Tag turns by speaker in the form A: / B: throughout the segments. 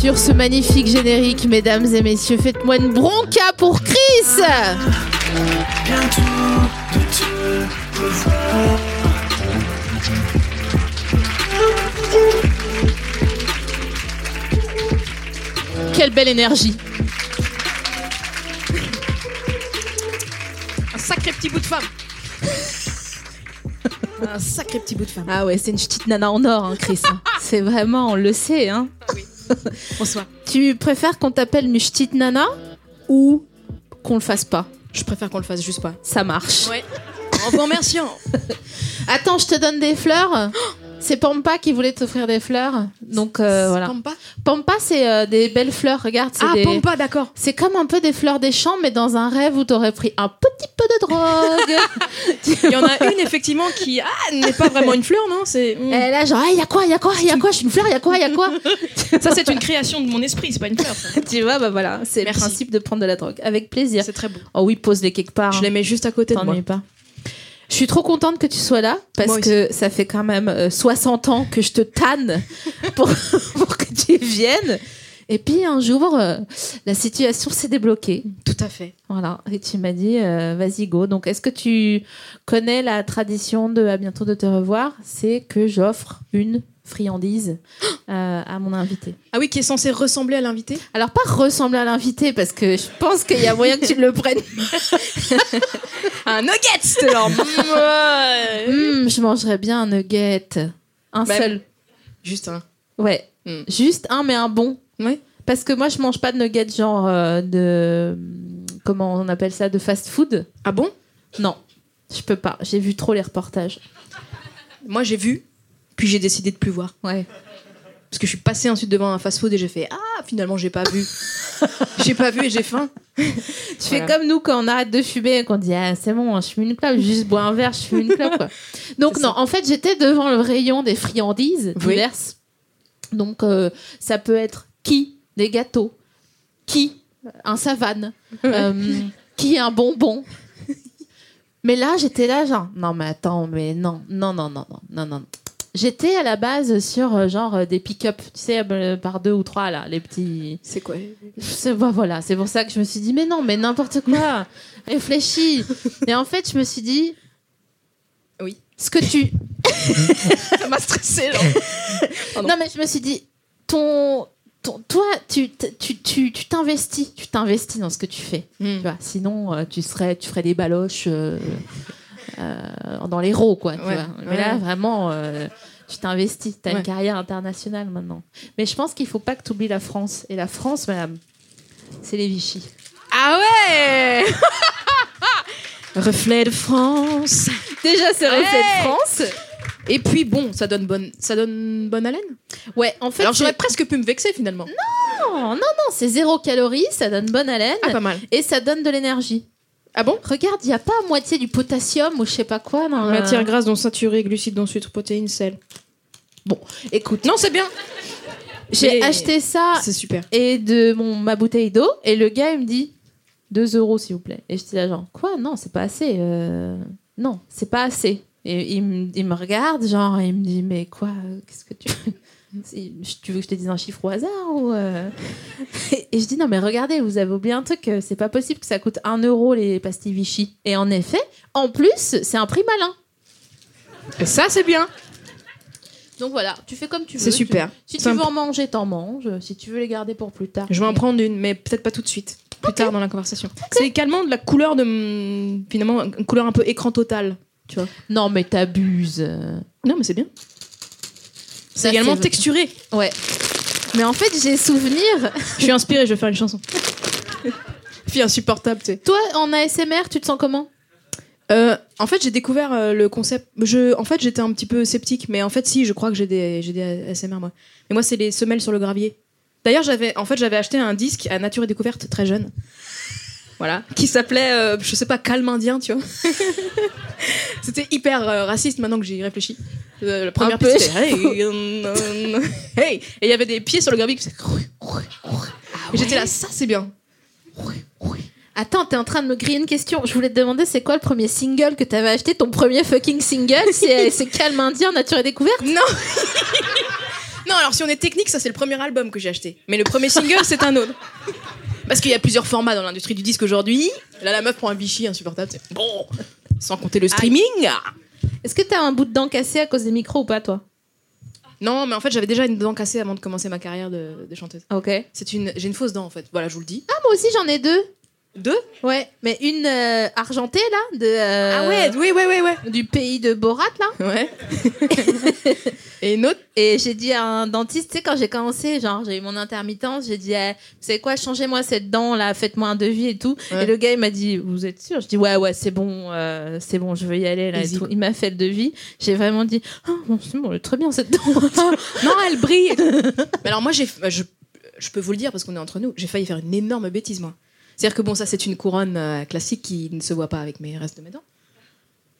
A: Sur ce magnifique générique, mesdames et messieurs, faites-moi une bronca pour Chris Quelle belle énergie
B: Un sacré petit bout de femme. Un sacré petit bout de femme.
A: Ah ouais, c'est une petite nana en or, hein, Chris. c'est vraiment, on le sait, hein
B: Bonsoir.
A: Tu préfères qu'on t'appelle une petite nana ou qu'on le fasse pas
B: Je préfère qu'on le fasse juste pas.
A: Ça marche.
B: Ouais. En vous remerciant.
A: Attends, je te donne des fleurs. C'est Pampa qui voulait t'offrir des fleurs. Donc euh, voilà.
B: Pampa
A: Pampa, c'est euh, des belles fleurs. Regarde, c'est
B: Ah,
A: des-
B: Pampa, d'accord.
A: C'est comme un peu des fleurs des champs, mais dans un rêve où t'aurais pris un petit peu de drogue.
B: Il y en a une, effectivement, qui ah, n'est pas vraiment une fleur, non C'est. hmm.
A: Et là, genre, ah, il y a quoi, il y a quoi, il y a quoi, je suis une fleur, il y a quoi, il y a quoi.
B: Ça, c'est une création de mon esprit, c'est pas une fleur. ça.
A: tu vois, bah voilà, c'est le
B: Merci.
A: principe de prendre de la drogue. Avec plaisir.
B: C'est très beau.
A: Oh oui, pose-les quelque part.
B: Je
A: hein.
B: les mets juste à côté de moi.
A: T'ennuie pas. Je suis trop contente que tu sois là parce
B: Moi aussi.
A: que ça fait quand même euh, 60 ans que je te tanne pour, pour que tu viennes. Et puis un jour, euh, la situation s'est débloquée.
B: Tout à fait.
A: Voilà. Et tu m'as dit, euh, vas-y, go. Donc, est-ce que tu connais la tradition de à bientôt de te revoir C'est que j'offre une friandise euh, à mon invité.
B: Ah oui, qui est censé ressembler à l'invité
A: Alors, pas ressembler à l'invité parce que je pense qu'il y a moyen que tu le prennes.
B: Un nugget C'était genre. hmm, ouais.
A: Hum, je mangerais bien un nugget. Un
B: Bah,
A: seul.
B: Juste un.
A: Ouais.
B: Mm.
A: Juste un, mais un bon.
B: Ouais.
A: Parce que moi, je mange pas de nuggets genre euh, de. Comment on appelle ça De fast food
B: Ah bon
A: Non. Je peux pas. J'ai vu trop les reportages.
B: Moi, j'ai vu, puis j'ai décidé de plus voir.
A: Ouais.
B: Parce que je suis passée ensuite devant un fast-food et j'ai fait Ah, finalement, j'ai pas vu. j'ai pas vu et j'ai faim.
A: Tu fais comme nous quand on arrête de fumer et qu'on dit Ah, c'est bon, je fume une clope, juste bois un verre, je fume une clope. quoi. Donc,
B: C'est
A: non, en fait, j'étais devant le rayon des friandises
B: Oui.
A: diverses. Donc, euh, ça peut être qui Des gâteaux. Qui Un savane. Euh, qui un bonbon Mais là, j'étais là, genre, non, mais attends, mais non, non, non, non, non, non, non. J'étais à la base sur euh, genre euh, des pick-up, tu sais, euh, par deux ou trois là, les petits.
B: C'est quoi
A: C'est bah, voilà, c'est pour ça que je me suis dit mais non, mais n'importe quoi, réfléchis. Et en fait, je me suis dit
B: Oui.
A: Ce que tu
B: Ça m'a stressé, genre. Pardon.
A: Non mais je me suis dit ton, ton toi tu t- tu tu tu t'investis, tu t'investis dans ce que tu fais. Tu
B: Hmm.
A: vois, sinon euh, tu serais tu ferais des baloches euh, euh, dans les rots quoi, tu
B: Ouais,
A: vois. Mais
B: ouais.
A: là vraiment euh, tu t'investis, tu as une
B: Ouais.
A: carrière internationale maintenant. Mais je pense qu'il faut pas que tu oublies la France et la France madame c'est les Vichy.
B: Ah ouais Reflet de France.
A: Déjà c'est
B: reflet de
A: France.
B: Et puis bon, ça donne bonne, ça donne bonne haleine.
A: Ouais, en fait
B: Alors j'aurais
A: c'est-
B: presque pu me vexer finalement.
A: non, non non, c'est zéro calorie, ça donne bonne haleine
B: Ah pas mal.
A: et ça donne de l'énergie.
B: Ah bon
A: Regarde, il n'y a pas à moitié du potassium ou je sais pas quoi. Dans la-
B: Matière grasse, dont saturée, glucides, dont sucre, protéines, sel.
A: Écoute,
B: Non, c'est bien.
A: j'ai
B: mais-
A: acheté ça
B: C'est super.
A: et de mon, ma bouteille d'eau et le gars il me dit 2 euros s'il vous plaît. Et je dis là genre, quoi Non, c'est pas assez. euh, Non, c'est pas assez. Et il me, il me regarde, genre, et il me dit, mais quoi euh, Qu'est-ce que tu. C'est- Tu veux que je te dise un chiffre au hasard ou euh Et je dis, non, mais regardez, vous avez oublié un truc, euh, c'est pas possible que ça coûte 1 euro les pastilles Vichy. Et en effet, en plus, c'est un prix malin.
B: Ça c'est bien.
A: Donc voilà, tu fais comme tu veux.
B: C'est
A: tu-
B: super.
A: Si tu
B: Simple.
A: veux en manger, t'en manges. Si tu veux les garder pour plus tard.
B: Je vais en prendre une, mais peut-être pas tout de suite. Plus tard dans la conversation. C'est également de la couleur de mm, finalement une couleur un peu écran total.
A: Non, mais t'abuses.
B: Non mais c'est bien.
A: Ça,
B: C'est également
A: c'est-
B: texturé.
A: Ouais. Mais en fait, j'ai souvenir.
B: Je suis inspirée, je vais faire une chanson. Fille insupportable, tu sais.
A: Toi, en ASMR, tu te sens comment
B: Euh, en fait, j'ai découvert euh, le concept. Je, en fait, j'étais un petit peu sceptique, mais en fait, si, je crois que j'ai des, j'ai des ASMR moi. Mais moi, c'est les semelles sur le gravier. D'ailleurs, j'avais, en fait, j'avais acheté un disque à Nature et Découverte très jeune. Voilà, qui s'appelait, euh, je sais pas, Calme Indien, tu vois. c'était hyper euh, raciste maintenant que j'y réfléchis. Euh, la première
A: peu,
B: piste,
A: je
B: c'était, hey, euh, euh, hey. Et il y avait des pieds sur le gravier qui faisaient. Et J'étais là, ça c'est bien.
A: Attends, t'es en train de me griller une question. Je voulais te demander, c'est quoi le premier single que t'avais acheté Ton premier fucking single, c'est c'est Calme Indien, Nature et Découverte
B: Non Non, alors si on est technique, ça c'est le premier album que j'ai acheté. Mais le premier single, c'est un autre. Parce qu'il y a plusieurs formats dans l'industrie du disque aujourd'hui. Là, la meuf prend un bichy insupportable. c'est Bon Sans compter le streaming
A: Est-ce que t'as un bout de dent cassé à cause des micros ou pas, toi
B: Non, mais en fait, j'avais déjà une dent cassée avant de commencer ma carrière de, de chanteuse.
A: Ok. Ah,
B: C'est une... J'ai une fausse dent en fait. Voilà, je vous le dis.
A: moi aussi, j'en ai deux.
B: Deux
A: Ouais, mais une euh, argentée, là, de, euh,
B: Ah ouais, oui, oui, oui, oui.
A: du pays de Borat, là.
B: Ouais. Et une autre
A: Et j'ai dit à un dentiste, tu sais, quand j'ai commencé, genre, j'ai eu mon intermittence, j'ai dit, eh, vous savez quoi, changez-moi cette dent, là, faites-moi un devis et tout.
B: Ouais.
A: Et le gars, il m'a dit, vous êtes sûr Je dis, ouais, ouais, c'est bon, euh, c'est bon, je veux y aller, là, et
B: Easy.
A: tout. Il m'a fait le devis. J'ai vraiment dit, ah, bon, c'est bon, elle est très bien, cette dent.
B: Non, elle brille. Mais alors moi, j'ai, je, je peux vous le dire parce qu'on est entre nous. J'ai failli faire une énorme bêtise, moi. C'est-à-dire que bon, ça, c'est une couronne euh, classique qui ne se voit pas avec mes restes de mes dents.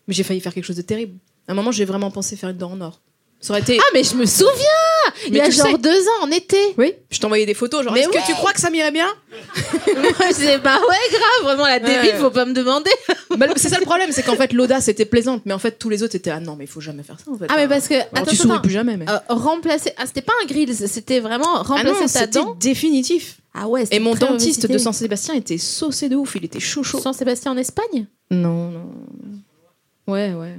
B: Mais j'ai failli faire quelque chose de terrible. À un moment, j'ai vraiment pensé faire une dent en or. Ça aurait été.
A: ah, mais je me souviens Il y
B: Mais
A: a
B: tu
A: genre
B: sais.
A: deux ans, en été.
B: Oui. Je t'envoyais des photos. Genre,
A: Mais
B: est-ce
A: oui.
B: que tu crois que ça m'irait bien
A: Moi, je disais, bah ouais, grave, vraiment, la débile,
B: Ouais.
A: faut pas me demander.
B: Bah, C'est ça le problème, c'est qu'en fait, l'audace était plaisante, mais en fait, tous les autres étaient ah non, mais il faut jamais faire ça. En fait.
A: Ah, mais parce que,
B: Alors,
A: attends,
B: tu souris
A: attends,
B: plus jamais. Mais...
A: euh, remplacer, ah, c'était pas un grill, c'était vraiment
B: Ah non,
A: remplacer ta
B: c'était
A: dent.
B: définitif.
A: Ah ouais,
B: Et
A: c'était
B: mon
A: très
B: dentiste de
A: revisité.
B: Saint-Sébastien était saucé de ouf. Il était chaud chaud.
A: Saint-Sébastien en Espagne
B: Non, non. Ouais, ouais.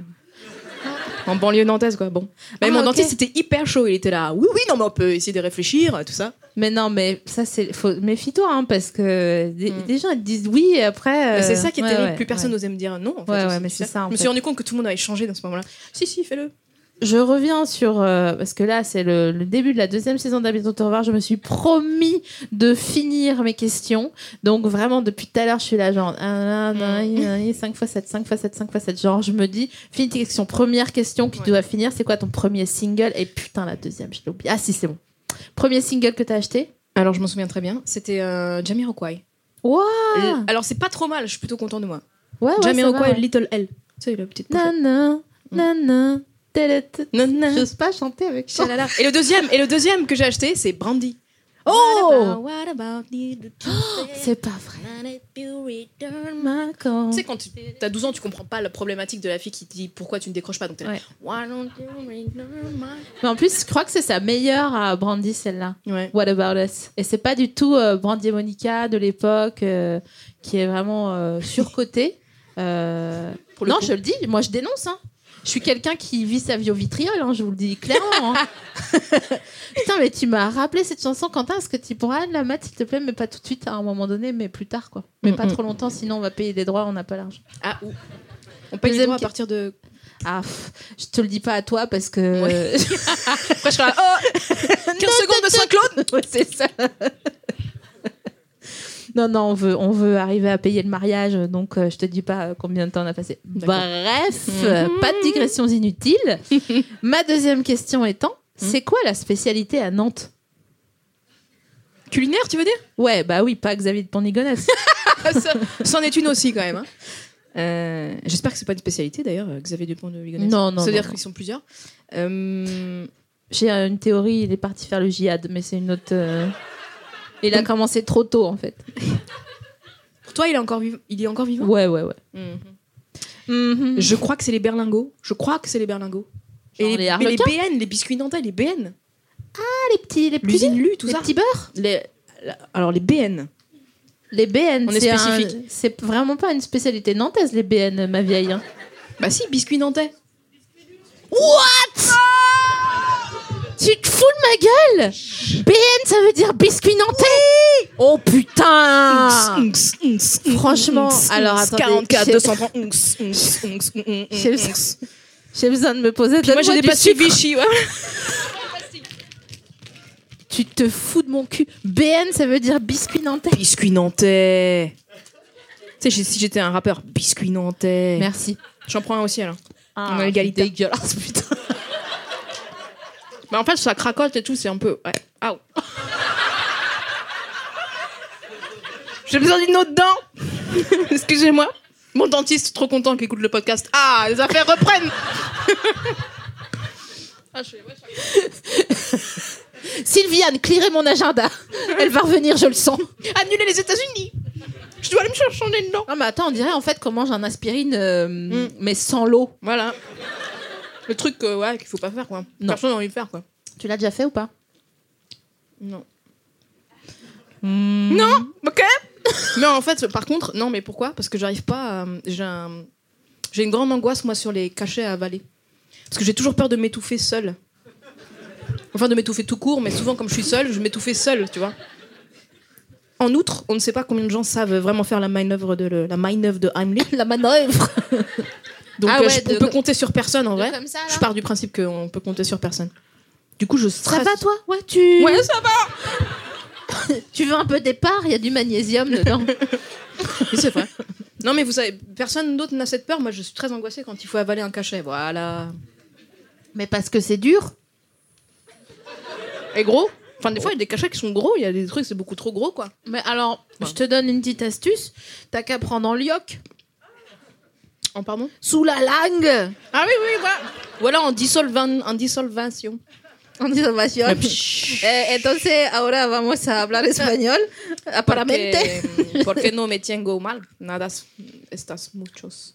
B: En banlieue nantaise, quoi. Bon. Mais
A: Ah,
B: mon
A: ok.
B: dentiste était hyper chaud. Il était là. Oui, oui, non, mais on peut essayer de réfléchir, tout ça.
A: Mais non, mais ça, c'est. Faut... Méfie-toi, hein, parce que des,
B: Mm.
A: des gens, ils te disent oui, et après.
B: Mais
A: euh,
B: c'est ça qui est
A: ouais,
B: terrible.
A: ouais,
B: Plus personne
A: ouais.
B: n'osait me dire non. En fait,
A: Ouais,
B: aussi,
A: ouais, mais
B: tu
A: c'est
B: sais.
A: ça, en
B: Je me suis
A: fait.
B: rendu compte que tout le monde avait changé dans ce moment-là. Si, si, fais-le.
A: Je reviens sur. euh, parce que là, c'est le, le début de la deuxième saison d'Habitant Au revoir. Je me suis promis de finir mes questions. Donc, vraiment, depuis tout à l'heure, je suis là, genre.
B: Mm.
A: 5 x 7, 5 x 7, 5 x 7. Genre, je me dis, finis tes questions. Première question qui
B: Ouais.
A: doit finir, c'est quoi ton premier single Et putain, la deuxième, je l'ai oublié. Ah, si, c'est bon. Premier single que t'as acheté
B: Alors, je m'en souviens très bien. C'était euh, Jamiroquai.
A: Waouh
B: L- Alors, c'est pas trop mal. Je suis plutôt contente de moi.
A: Ouais, ouais, ça va,
B: Jamiroquai,
A: ouais.
B: Little L. Tu sais, la petite. pochette.
A: Nana, nana, télé-
B: Nanana.
A: J'ose pas chanter avec toi.
B: Chalala. Et le deuxième, et le deuxième que j'ai acheté, c'est Brandy.
A: Oh
B: What about you?
A: C'est pas vrai. Macron.
B: Tu sais, quand tu as 12 ans, tu comprends pas la problématique de la fille qui te dit pourquoi tu ne décroches pas. Donc t'es là,
A: Ouais.
B: Why don't you return my-
A: Mais en plus, je crois que c'est sa meilleure à Brandy, celle-là.
B: Ouais.
A: What About Us. Et c'est pas du tout euh, Brandy et Monica de l'époque euh, qui est vraiment euh, surcotée. Euh,
B: Pour le
A: Non,
B: coup.
A: je le dis, moi je dénonce. hein. Je suis quelqu'un qui vit sa vie au vitriol, hein, je vous le dis clairement. hein. Putain, mais tu m'as rappelé cette chanson, Quentin. Est-ce que tu pourras la mettre, s'il te plaît, mais pas tout de suite, hein, à un moment donné, mais plus tard, quoi. Mais
B: Mm,
A: pas
B: mm.
A: trop longtemps, sinon on va payer des droits, on n'a pas l'argent.
B: Ah, ou- On paye les
A: Deuxième
B: droits à
A: qui-
B: partir de.
A: Ah, pff, je te le dis pas à toi parce que.
B: Ouais. Après, je serai là, oh 15 secondes de Saint-Claude
A: Ouais, c'est ça. Non, non, on veut, on veut arriver à payer le mariage, donc euh, je te dis pas euh, combien de temps on a passé.
B: D'accord.
A: Bref, euh, pas de digressions inutiles. Ma deuxième question étant, c'est quoi la spécialité à Nantes
B: Culinaire, tu veux dire
A: Ouais, bah oui, pas Xavier de Pondigonès.
B: Ah, ça- C'en est une aussi, quand même. hein. Euh, J'espère que c'est pas une spécialité d'ailleurs, euh, Xavier Dupont de Ligonnès.
A: Non, non,
B: C'est-à-dire
A: non,
B: qu'ils sont plusieurs. Euh,
A: J'ai euh, une théorie, il est parti faire le jihad, mais c'est une autre... euh, Il a commencé trop tôt, en fait.
B: Pour toi, il est encore, vivant il est encore vivant
A: Ouais, ouais, ouais.
B: Mhm.
A: Mhm.
B: Je crois que c'est les berlingots. Je crois que c'est les berlingots.
A: Genre les
B: et les, mais les
A: harlequins
B: BN, les biscuits nantais, les BN.
A: Ah, les petits, les petits...
B: L'usine Lu, tout
A: les
B: ça.
A: petits beurres
B: Les- la- alors les BN.
A: Les BN,
B: On est
A: c'est un-
B: spécifique.
A: C'est vraiment pas une spécialité nantaise, les BN, ma vieille. hein.
B: Bah si, biscuits nantais.
A: Tu te fous de ma gueule BN, ça veut dire biscuit nantais Oh putain Ah. Franchement, alors, attendez,
B: 44,
A: j'ai-
B: 230. onx, onx, onx, onx,
A: J'ai-
B: onx.
A: J'ai besoin de me poser.
B: Puis moi j'ai
A: donne-moi
B: des
A: du
B: pastilles
A: sucre.
B: Vichy. ouais.
A: Tu te fous de mon cul. BN, ça veut dire biscuit nantais.
B: Biscuits nantais. Tu sais, j'ai- si j'étais un rappeur, biscuits nantais.
A: Merci.
B: J'en prends un aussi alors.
A: Ah,
B: On a l'égalité.
A: c'est dégueulasse, putain.
B: Bah en fait, ça cracote et tout, c'est un peu. Ouais. Ah, ouais. J'ai besoin d'une autre dent. Excusez-moi. Mon dentiste, trop content qu'il écoute le podcast. Ah, les affaires reprennent. Ah, je fais- ouais, je
A: Sylviane, clearez mon agenda. Elle va revenir, je le sens.
B: fais- Annuler les États-Unis. Je je dois aller me chercher un dedans.
A: Non, mais attends, on dirait en fait qu'on mange un aspirine, euh, mais sans l'eau.
B: Voilà. Le truc que, ouais, qu'il faut pas faire, quoi.
A: Non.
B: Personne n'a envie de faire, quoi.
A: Tu l'as déjà fait ou pas
B: Non.
A: Mm.
B: Non Ok Mais Mm. en fait, par contre, non, mais pourquoi Parce que j'arrive pas à. euh, J'ai un- j'ai une grande angoisse, moi, sur les cachets à avaler. Parce que j'ai toujours peur de m'étouffer seule. Enfin, de m'étouffer tout court, mais souvent, comme je suis seule, je m'étouffais seule, tu vois. En outre, on ne sait pas combien de gens savent vraiment faire la manœuvre de, le- la manœuvre de Heimlich.
A: La manœuvre
B: Donc,
A: Ah
B: euh,
A: ouais,
B: je-
A: de-
B: on peut compter sur personne, en vrai.
A: Comme ça,
B: Je pars du principe qu'on peut compter sur personne. Du coup, je
A: Ça
B: stresse.
A: va toi Ouais, tu...
B: Ouais, ça va
A: tu veux un peu départ Il y a du magnésium dedans.
B: Oui, c'est vrai. Non, mais vous savez, personne d'autre n'a cette peur. Moi, je suis très angoissée quand il faut avaler un cachet. Voilà.
A: mais parce que c'est dur
B: Et gros Enfin, des fois, il y a des cachets qui sont gros. Il y a des trucs, c'est beaucoup trop gros, quoi.
A: Mais alors,
B: Ouais.
A: je te donne une petite astuce. T'as qu'à prendre en lioc,
B: En Oh, pardon
A: sous la langue,
B: Ah oui, oui, voilà. Ou alors en, dissolvan- en dissolvation.
A: en dissolvation.
B: Mais psh.
A: Eh, entonces, ahora vamos a hablar espagnol, apparemment.
B: Porque- Porque no me tengo mal. Nada, estas muchos.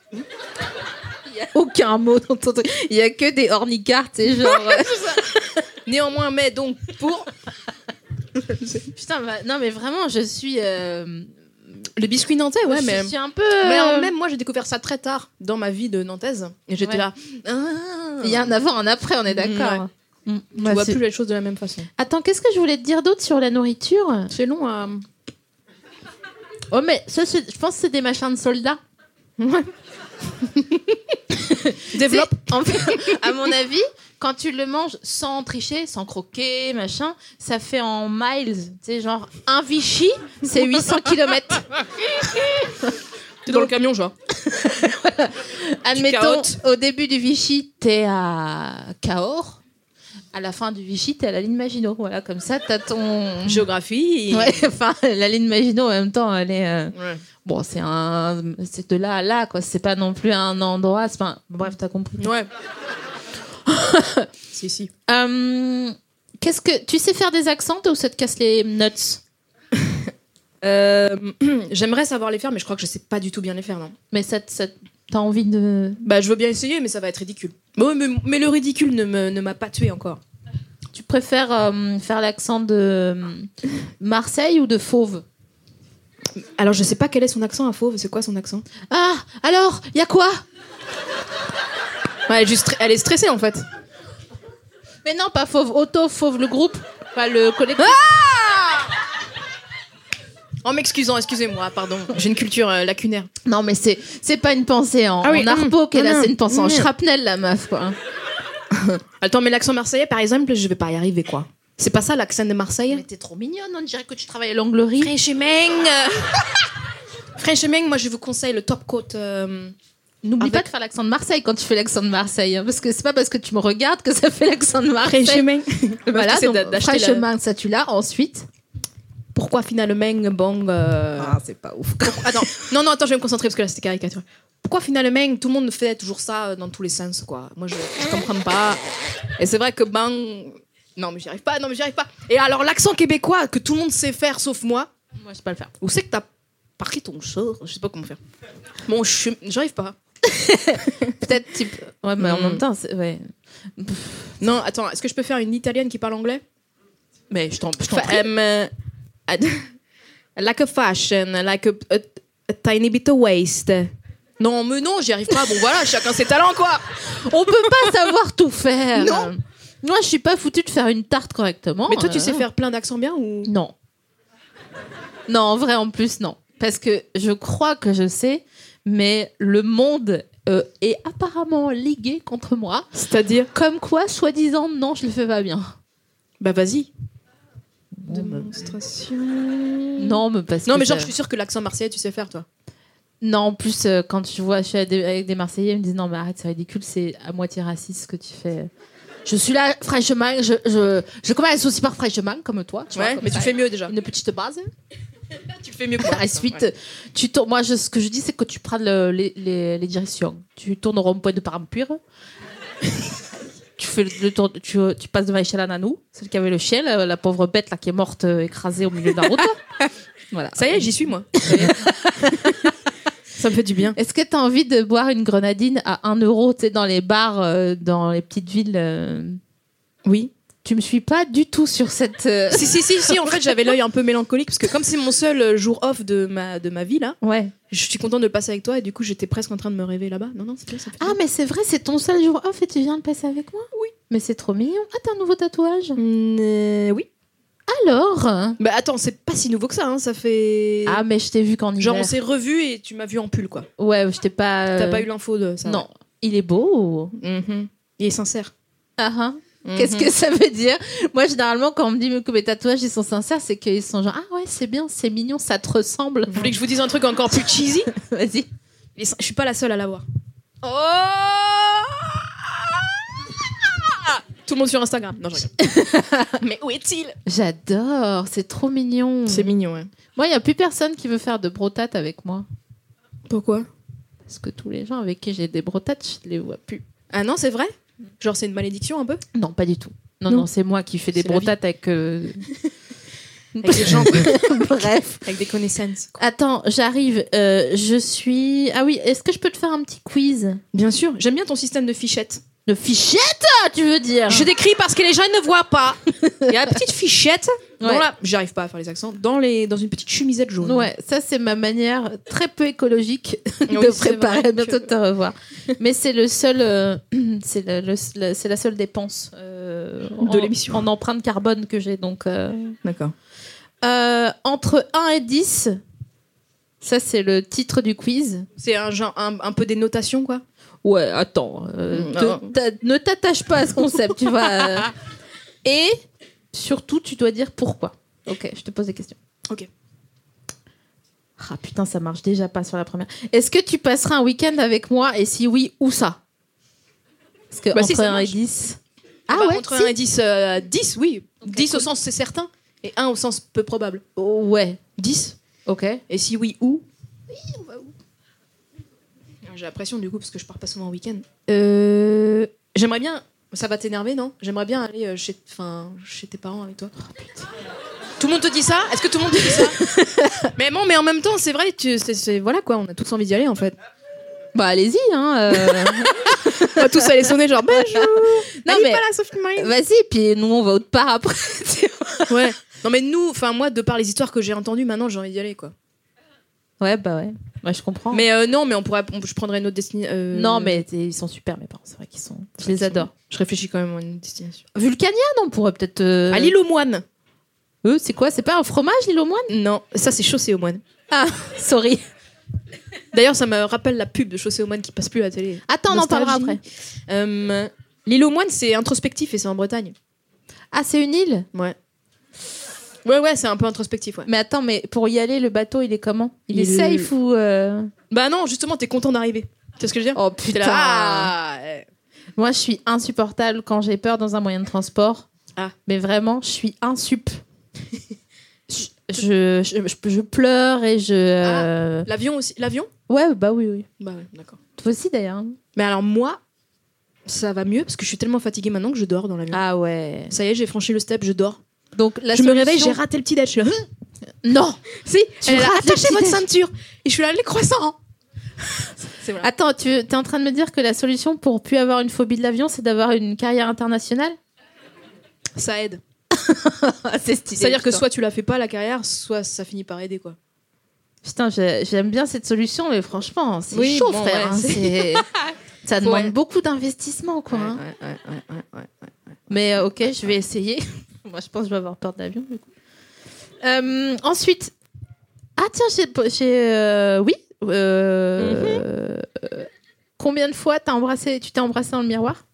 A: Aucun mot dans ton truc. Il y a que des ornicards, tu sais, genre. euh,
B: Néanmoins, mais donc pour.
A: Putain, bah, non, mais vraiment, je suis. euh,
B: Le biscuit nantais, ouais,
A: je
B: mais.
A: suis un peu.
B: Mais en
A: euh,
B: même moi, j'ai découvert ça très tard dans ma vie de nantaise. Et j'étais
A: Ouais.
B: là. Ah.
A: Il y a un avant, un après, on est d'accord. Mm.
B: Tu
A: Bah,
B: vois
A: c'est-
B: plus les choses de la même façon.
A: Attends, qu'est-ce que je voulais te dire d'autre sur la nourriture
B: C'est long euh, à.
A: Oh, mais ça, c'est- je pense que c'est des machins de soldats.
B: Développe.
A: C'est- En fait, à mon avis, quand tu le manges sans tricher, sans croquer, machin, ça fait en miles. Tu sais, genre un Vichy, c'est 800 km.
B: T'es dans le camion, genre.
A: Admettons,
B: carottes.
A: au début du Vichy, t'es à Cahors. À la fin du Vichy, t'es à la ligne Maginot. Voilà, comme ça, t'as ton.
B: Mmh. Géographie.
A: Ouais, enfin, la ligne Maginot, en même temps, elle est. euh,
B: Ouais.
A: Bon, c'est un. C'est de là à là, quoi. C'est pas non plus un endroit. c'est pas- Bref, t'as compris.
B: Ouais. si, si.
A: Euh, Qu'est-ce que tu sais faire des accents toi, ou ça te casse les nuts
B: Euh, J'aimerais savoir les faire, mais je crois que je sais pas du tout bien les faire, non.
A: Mais ça, te- ça te- t'as envie de.
B: Bah, je veux bien essayer, mais ça va être ridicule. Bah ouais, mais, mais le ridicule ne me- ne m'a pas tué encore.
A: Tu préfères euh, faire l'accent de euh, Marseille ou de Fauve
B: Alors, je sais pas quel est son accent à fauve. C'est quoi son accent
A: Ah, alors, y a quoi
B: Ouais, elle est juste- elle est stressée en fait.
A: Mais non, pas Fauve Auto, Fauve le groupe, pas le collectif.
B: Ah En m'excusant, excusez-moi, pardon. J'ai une culture euh, lacunaire.
A: non, mais c'est c'est pas une pensée en,
B: Ah oui,
A: en arbo
B: hum,
A: qu'elle a,
B: hum,
A: c'est une pensée en
B: hum.
A: shrapnel, la meuf, quoi.
B: Attends, mais l'accent marseillais, par exemple, je vais pas y arriver, quoi. C'est pas ça l'accent de Marseille
A: Mais t'es trop mignonne, on dirait que tu travailles à l'anglerie.
B: Frenchemeng Frenchemeng, moi je vous conseille le top coat. euh,
A: N'oublie
B: Avec-
A: pas de faire l'accent de Marseille quand tu fais l'accent de Marseille, hein, parce que c'est pas parce que tu me regardes que ça fait l'accent de Marseille. Voilà,
B: c'est
A: donc
B: d'a- d'acheter la-
A: fraîchement, ça tu l'as. Ensuite,
B: Pourquoi finalement bon euh,
A: c'est pas ouf.
B: Attends, non, non, attends, je vais me concentrer parce que là c'était caricature. Pourquoi finalement tout le monde fait toujours ça euh, dans tous les sens, quoi Moi je, je comprends pas. Et c'est vrai que bang. Non, mais j'y arrive pas, non, mais j'y arrive pas. Et alors l'accent québécois que tout le monde sait faire sauf moi,
A: Moi, je sais pas le faire.
B: où c'est que t'as parqué ton sort Je sais pas comment faire. Bon, je suis- j'arrive pas.
A: Peut-être type. Ouais, mais en
B: Hmm.
A: même temps, c'est- ouais.
B: Non, attends, est-ce que je peux faire une italienne qui parle anglais
A: Mais je t'en je t'en
B: Fa-
A: prie.
B: um, uh, ad- like a fashion, like a, a- a tiny bit of waste. Non, mais non, j'y arrive pas. Bon, voilà, chacun ses talents, quoi.
A: On peut pas savoir tout faire.
B: Non.
A: Moi, je suis pas foutue de faire une tarte correctement.
B: Mais toi, tu
A: euh,
B: sais faire plein d'accents bien ou
A: Non. Non, en vrai, en plus, non. Parce que je crois que je sais, mais le monde euh, est apparemment ligué contre moi.
B: C'est-à-dire
A: Comme quoi, soi-disant, non, je le fais pas bien.
B: Bah, vas-y. bah.
A: Non, mais parce
B: Non,
A: que
B: mais genre,
A: ça-
B: je suis sûre que l'accent marseillais, tu sais faire, toi.
A: Non, en plus, euh, quand tu vois, je suis avec des- avec des Marseillais, ils me disent non, mais arrête, c'est ridicule, c'est à moitié raciste ce que tu fais. Je suis là, fraîchement, je, je, je commence aussi par fraîchement, comme toi. Tu vois,
B: Ouais,
A: comme
B: mais tu
A: ça,
B: fais mieux déjà. Ah,
A: une petite base.
B: Tu fais mieux que
A: Par la suite, tu tournes. Moi, je- ce que je dis, c'est que tu prends le- les, les- les directions. Tu tournes au rond-point de Parampuire. tu fais le, le tour. Tu, tu passes devant Echelle à Nanou, celle qui avait le chien, la, la pauvre bête là qui est morte euh, écrasée au milieu de la route. Voilà.
B: Ça y est, j'y suis moi. Ça y est. Ça me fait du bien.
A: Est-ce que t'as envie de boire une grenadine à 1 euro, tu sais, dans les bars, euh, dans les petites villes euh,
B: Oui.
A: Tu me suis pas du tout sur cette. euh,
B: Si, si, si, si, en fait, j'avais l'œil un peu mélancolique parce que comme c'est mon seul euh, jour off de ma, de ma vie là,
A: Ouais.
B: je suis contente de le passer avec toi et du coup, j'étais presque en train de me rêver là-bas. Non, non, c'est bien, ça fait
A: Ah, mais c'est vrai, c'est ton seul jour off et tu viens le passer avec moi
B: Oui.
A: Mais c'est trop mignon. Ah, t'as un nouveau tatouage
B: bien. Mm, euh, oui.
A: Alors
B: Bah attends, c'est pas si nouveau que ça, hein, ça fait.
A: Ah, mais je t'ai vu qu'en
B: Genre, on
A: hiver.
B: s'est revus et tu m'as vu en pull quoi.
A: Ouais, je t'ai pas. euh,
B: T'as pas eu l'info de ça
A: Non. Il est beau
B: ouais. Mhm. Il est sincère.
A: Ah, ah.
B: Mhm.
A: Qu'est-ce que ça veut dire Moi, généralement, quand on me dit que mes tatouages ils sont sincères, c'est qu'ils sont genre ah ouais, c'est bien, c'est mignon, ça te ressemble.
B: Vous voulez que je vous dise un truc encore plus cheesy
A: Vas-y.
B: Il est sin- Je suis pas la seule à l'avoir. Oh Tout le monde sur Instagram. Non, je rigole. Mais où est-il
A: J'adore, c'est trop mignon.
B: mignon, ouais.
A: Moi, il y a plus personne qui veut faire de brotate avec moi
B: Pourquoi
A: parce que tous les gens avec qui j'ai des brotates, je les vois plus.
B: Ah non, c'est vrai Genre, c'est une malédiction un peu
A: Non, pas du tout. Non, non,
B: Non.
A: c'est moi qui fais des
B: C'est la
A: brotates avec. euh,
B: Avec des gens, quoi.
A: Bref.
B: avec des connaissances. quoi.
A: Attends, j'arrive. Euh, je suis. Ah oui, est-ce que je peux te faire un petit quiz
B: Bien sûr, j'aime bien ton système de fichette.
A: De fichette, tu veux dire
B: Je décris parce que les gens ne voient pas. Il y a la petite fichette. dans
A: Ouais.
B: la- J'arrive pas à faire les accents. Dans, les... dans une petite chemisette jaune.
A: Ouais, ça c'est ma manière très peu écologique
B: Oui,
A: de
B: c'est
A: préparer.
B: vrai
A: À bientôt
B: que-
A: de te revoir. Mais c'est le seul, euh, c'est le- le- la- c'est la seule dépense euh,
B: De
A: en-
B: l'émission.
A: en empreinte carbone que j'ai. Donc euh,
B: D'accord.
A: euh, entre 1 et 10, ça c'est le titre du quiz.
B: C'est un, genre, un, un peu des notations, quoi.
A: Ouais, attends, euh, te-
B: Non.
A: t'a- ne t'attache pas à ce concept, tu vois. euh. et surtout, tu dois dire pourquoi. Ok, je te pose des questions.
B: Ok.
A: Ah putain, ça marche déjà pas sur la première. Est-ce que tu passeras un week-end avec moi Et si oui, où ça Parce que
B: Bah si,
A: entre
B: ça
A: 1 et
B: marche.
A: 10.
B: Ah
A: Ah ouais
B: Entre
A: si.
B: 1 et 10, euh, 10, oui.
A: Ok,
B: 10 au
A: cool.
B: sens c'est certain et 1 au sens peu probable.
A: Oh, Ouais,
B: 10
A: ok.
B: Et si oui, où Oui, on va où Ah, J'ai la pression du coup parce que je pars pas souvent en week-end. Euh, J'aimerais bien. Ça va t'énerver, non J'aimerais bien aller euh, chez, enfin, chez tes parents avec toi. Tout le monde te dit ça Est-ce que tout le monde te dit ça Mais bon, mais en même temps, c'est vrai, tu, c'est- c'est- voilà quoi, on a tous envie d'y aller en fait.
A: Bah allez-y, hein. euh.
B: On va tous aller sonner genre bonjour.
A: Non,
B: Elle est
A: mais-
B: pas là, Sophie Marine.
A: Vas-y, puis nous on va autre part après. tu vois.
B: Ouais. Non mais nous, enfin moi, de par les histoires que j'ai entendues, maintenant j'ai envie d'y aller quoi.
A: ouais, bah ouais. Ouais, je comprends.
B: Mais euh, non, mais on pourrait, on- je prendrais une autre destination.
A: Non, mais t'es- ils sont super, mes parents, c'est vrai qu'ils sont. Je
B: Ils
A: les
B: sont-
A: adore.
B: je réfléchis quand même à une destination.
A: Vulcania, non, on pourrait peut-être. euh,
B: À l'île aux moines.
A: eux, c'est quoi C'est pas un fromage, l'île aux moines
B: Non, ça c'est chaussée aux moines.
A: Sorry.
B: D'ailleurs, ça me rappelle la pub de chaussée aux moines qui passe plus à la télé.
A: Attends, on en
B: Nostalgie.
A: parlera après.
B: Euh, l'île aux moines, c'est introspectif et c'est en Bretagne.
A: Ah, c'est une île
B: Ouais. Ouais, ouais, c'est un peu introspectif, ouais.
A: Mais attends, mais pour y aller, le bateau, il est comment Il, est
B: Il-
A: safe ou. euh,
B: Bah non, justement, t'es content d'arriver. Tu vois ce que je veux dire
A: Oh
B: T'es
A: putain
B: là, ah, euh,
A: Moi, je suis insupportable quand j'ai peur dans un moyen de transport.
B: Ah.
A: Mais vraiment, je suis insup. je, je, je- je- je pleure et je. euh,
B: L'avion aussi. L'avion
A: Ouais, bah oui, oui.
B: Bah ouais, d'accord.
A: Toi aussi, d'ailleurs. hein.
B: Mais alors, moi, ça va mieux parce que je suis tellement fatiguée maintenant que je dors dans l'avion.
A: Ah ouais.
B: Ça y est, j'ai franchi le step, je dors.
A: Donc, la
B: je me réveille, j'ai
A: solution-
B: raté le petit déj. Je suis là, Hum
A: Non
B: si,
A: Tu
B: elle est là,
A: rates le
B: attachez
A: petit
B: votre
A: déj.
B: ceinture. Et je suis là, les croissants. c'est voilà.
A: Attends, tu es en train de me dire que la solution pour plus avoir une phobie de l'avion, c'est d'avoir une carrière internationale
B: Ça aide. Ah,
A: C'est stylé.
B: C'est-à-dire que soit tu la fais pas la carrière, soit ça finit par aider quoi.
A: Putain, j'ai- j'aime bien cette solution, mais franchement, c'est
B: Oui,
A: chaud,
B: bon,
A: frère.
B: ouais,
A: hein, c'est- Ça
B: Faut-
A: demande
B: ouais.
A: beaucoup d'investissement, quoi. hein. Mais euh, ok, je vais essayer. Moi, je pense que je vais avoir peur de l'avion, du coup. Euh, ensuite. Ah, tiens, j'ai. po- j'ai, euh, Oui.
B: Mhm.
A: euh, euh, Combien de fois t'as embrassé, tu t'es embrassé dans le miroir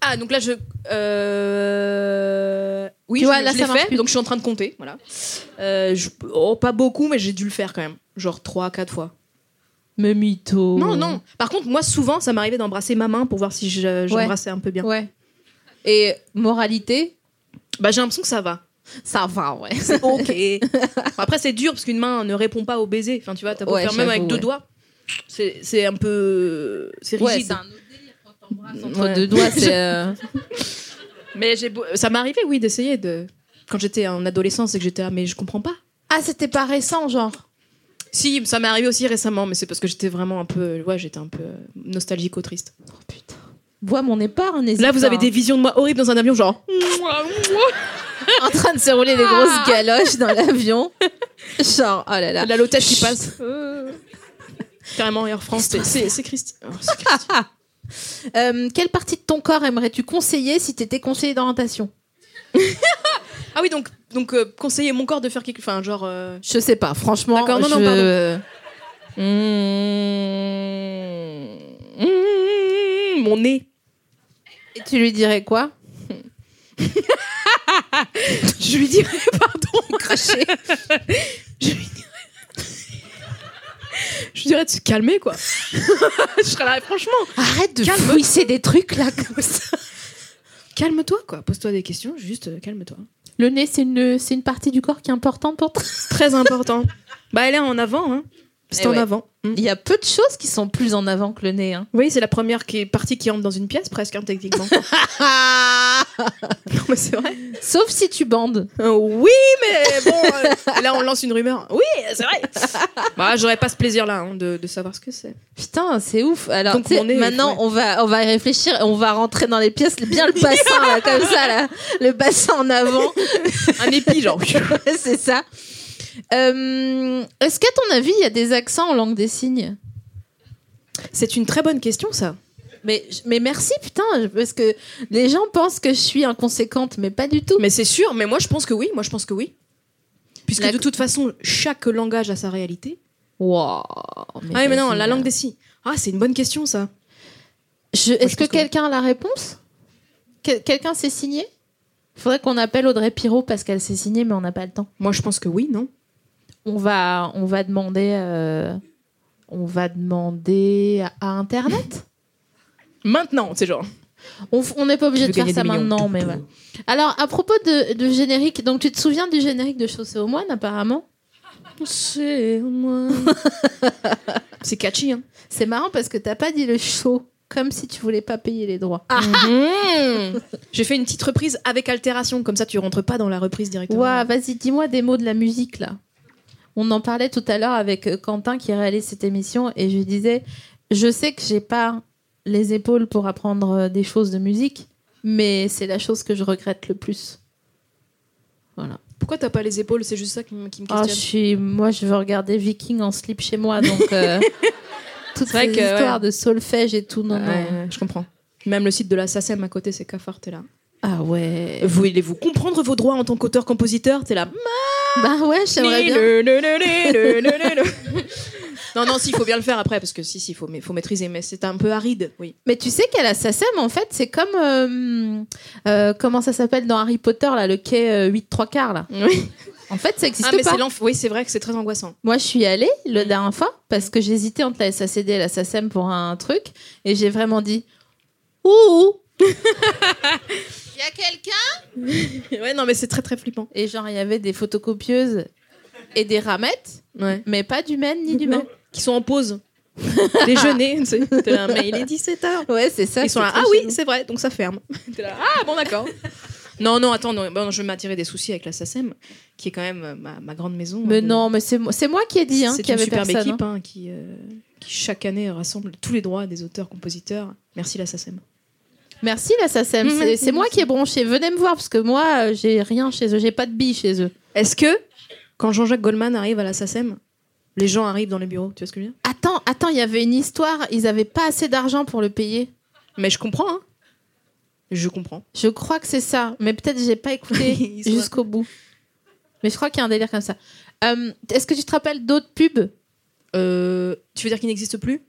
B: Ah donc là je euh... oui
A: Tu
B: je,
A: vois,
B: je
A: là, ça
B: l'ai
A: marche
B: fait
A: plus.
B: donc je suis en train de compter voilà. Euh, je- oh, pas beaucoup mais j'ai dû le faire quand même genre 3 4 fois.
A: Mais mytho.
B: Non non. Par contre moi souvent ça m'arrivait d'embrasser ma main pour voir si je- j'embrassais un peu bien.
A: Ouais. Et moralité,
B: Bah j'ai l'impression que ça va.
A: ça va, ouais.
B: C'est OK. Après c'est dur parce qu'une main ne répond pas au baiser. Enfin tu vois, t'as beau
A: Ouais,
B: faire même
A: j'avoue,
B: avec deux
A: ouais.
B: doigts. C'est c'est un peu euh, c'est rigide.
A: Ouais, c'est un autre délire quand t'embrasses entre
B: Ouais.
A: deux doigts, c'est. euh,
B: Mais j'ai beau- ça m'arrivait, oui, d'essayer de. Quand j'étais en adolescence et que j'étais là, mais je comprends pas.
A: Ah, c'était pas récent, genre.
B: Si, ça m'est arrivé aussi récemment, mais c'est parce que j'étais vraiment un peu, ouais, j'étais un peu euh, nostalgico-triste.
A: Oh putain. Bois mon épargne, n'hésite
B: Là, vous
A: pas,
B: avez
A: hein.
B: des visions de moi horribles dans un avion, genre. oh,
A: en train de se rouler des grosses galoches dans l'avion. Genre, oh là là.
B: La lotèche qui
A: Chut.
B: passe. Carrément Air France. c'est- C'est c'est Christi. Oh, c'est Christi.
A: Euh, quelle partie de ton corps aimerais-tu conseiller si t'étais conseiller d'orientation
B: Ah oui, donc, donc euh, conseiller mon corps de faire quelque Enfin, genre. euh,
A: Je sais pas, franchement.
B: D'accord, non, non,
A: je-
B: pardon.
A: Hmm.
B: mm, mm, mon nez.
A: Et tu lui dirais quoi
B: Je lui dirais, pardon.
A: Cracher.
B: Je lui dirais. Je lui dirais de se calmer, quoi. je serais là, franchement.
A: Arrête de
B: Calme-toi.
A: fouisser des trucs là comme ça.
B: Calme-toi, quoi. Pose-toi des questions, juste euh, calme-toi.
A: Le nez, c'est une, c'est une partie du corps qui est importante pour toi.
B: Très important. bah, elle est en avant, hein. C'est
A: Eh
B: en
A: ouais.
B: avant. Mm.
A: Il y a peu de choses qui sont plus en avant que le nez. Hein.
B: Oui, c'est la première qui est partie qui entre dans une pièce, presque, hein, techniquement.
A: Ah!
B: non, mais c'est vrai.
A: Sauf si tu bandes.
B: Euh, oui, mais bon, euh, là on lance une rumeur. Oui, c'est vrai. bah, j'aurais pas ce plaisir-là hein, de, de savoir ce que c'est.
A: Putain, c'est ouf. Alors,
B: Donc,
A: tu sais,
B: mon nez,
A: maintenant,
B: ouais.
A: on, va, on va y réfléchir et on va rentrer dans les pièces. Bien le bassin, là, comme ça, là. Le bassin en avant.
B: Un épi, genre.
A: c'est ça. Euh, Est-ce qu'à ton avis, il y a des accents en langue des signes
B: C'est une très bonne question, ça.
A: mais, mais merci, putain, je- parce que les gens pensent que je suis inconséquente, mais pas du tout.
B: Mais c'est sûr. Mais moi, je pense que oui. Moi, je pense que oui. Puisque
A: La-
B: de toute façon, chaque langage a sa réalité.
A: Wow,
B: ah oui, mais non,
A: vas-y,
B: la langue
A: là.
B: des signes. Ah, c'est une bonne question, ça.
A: Je-
B: Moi,
A: Est-ce
B: je
A: que
B: pense que-
A: quelqu'un a la réponse Que- Quelqu'un s'est signé Faudrait qu'on appelle Audrey Pirot parce qu'elle s'est signée, mais on n'a pas le temps.
B: Moi, je pense que oui, non
A: On va, on va demander, euh, on va demander à, à Internet.
B: Maintenant, c'est genre.
A: On f- on n'est pas obligé
B: Tu
A: de faire
B: veux gagner
A: ça
B: des
A: maintenant,
B: millions.
A: mais voilà. Alors, à propos de, de générique, donc tu te souviens du générique de Chaussée aux moines, apparemment
B: C'est moi. c'est catchy, hein.
A: C'est marrant parce que t'as pas dit le show, comme si tu voulais pas payer les droits. Ah,
B: Mhm. J'ai fait une petite reprise avec altération, comme ça tu rentres pas dans la reprise directement.
A: vas-y, dis-moi des mots de la musique, là. On en parlait tout à l'heure avec euh, Quentin qui réalise cette émission, et je lui disais, je sais que j'ai pas les épaules pour apprendre euh, des choses de musique, mais c'est la chose que je regrette le plus. Voilà.
B: Pourquoi t'as pas les épaules C'est juste ça qui, me- qui me
A: Ah, je
B: questionne.
A: suis, moi, je veux regarder Viking en slip chez moi, donc euh, toutes
B: vrai
A: ces
B: que, ouais.
A: histoires de solfège et tout, non,
B: Ouais,
A: non.
B: ouais, je comprends. Même le site de la SACEM à côté, c'est cafard, t'es là.
A: Ah ouais.
B: Vous voulez-vous comprendre vos droits en tant qu'auteur-compositeur T'es là.
A: Bah ouais, j'aimerais bien.
B: Le, le, le, le, le, le, le. non, non, si, il faut bien le faire après, parce que si, si, il faut, mais- faut maîtriser, mais c'est un peu aride, oui.
A: Mais tu sais qu'à la SACEM, en fait, c'est comme euh, euh, comment ça s'appelle dans Harry Potter là, le quai euh, 8 3 quarts là.
B: Oui,
A: En fait, ça existe
B: ah, mais
A: pas.
B: c'est l'enf- oui, c'est vrai que c'est très angoissant.
A: Moi, je suis allée la dernière fois parce que j'hésitais entre la SACD et la SACEM pour un truc et j'ai vraiment dit ouh. Il y a quelqu'un
B: ouais, non, mais c'est très, très flippant.
A: Et genre, il y avait des photocopieuses et des ramettes,
B: Ouais.
A: mais pas d'humaines ni d'humains.
B: Qui sont en pause. Déjeuner, tu sais. T'es là, mais il est 17h.
A: Ouais, c'est ça.
B: Ils sont
A: c'est
B: là,
A: très
B: ah oui,
A: chelou.
B: c'est vrai, donc ça ferme. T'es là, ah bon, d'accord. non, non, attends, non, bon, je vais m'attirer des soucis avec la SACEM, E qui est quand même euh, ma, ma grande maison.
A: Mais
B: hein, de-
A: non, mais c'est moi- c'est moi qui ai dit hein,
B: c'est
A: qu'il y
B: une
A: avait
B: superbe
A: personne.
B: équipe hein, qui, euh, qui, chaque année, rassemble tous les droits des auteurs-compositeurs. Merci la SACEM.
A: hein. Merci la SACEM,
B: Mm,
A: c'est-
B: merci,
A: c'est moi
B: merci.
A: qui ai bronché. Venez me voir parce que moi, euh, j'ai rien chez eux, j'ai pas de billes chez eux.
B: Est-ce que, quand Jean-Jacques Goldman arrive à la SACEM, E les gens arrivent dans les bureaux Tu vois ce que je veux dire
A: Attends, attends, il y avait une histoire, ils avaient pas assez d'argent pour le payer.
B: Mais je comprends, hein. Je comprends.
A: Je crois que c'est ça, mais peut-être j'ai pas écouté
B: Ils sont
A: jusqu'au bout. Mais je crois qu'il y a un délire comme ça. Euh, Est-ce que tu te rappelles d'autres pubs
B: Euh, tu veux dire qu'il n'existe plus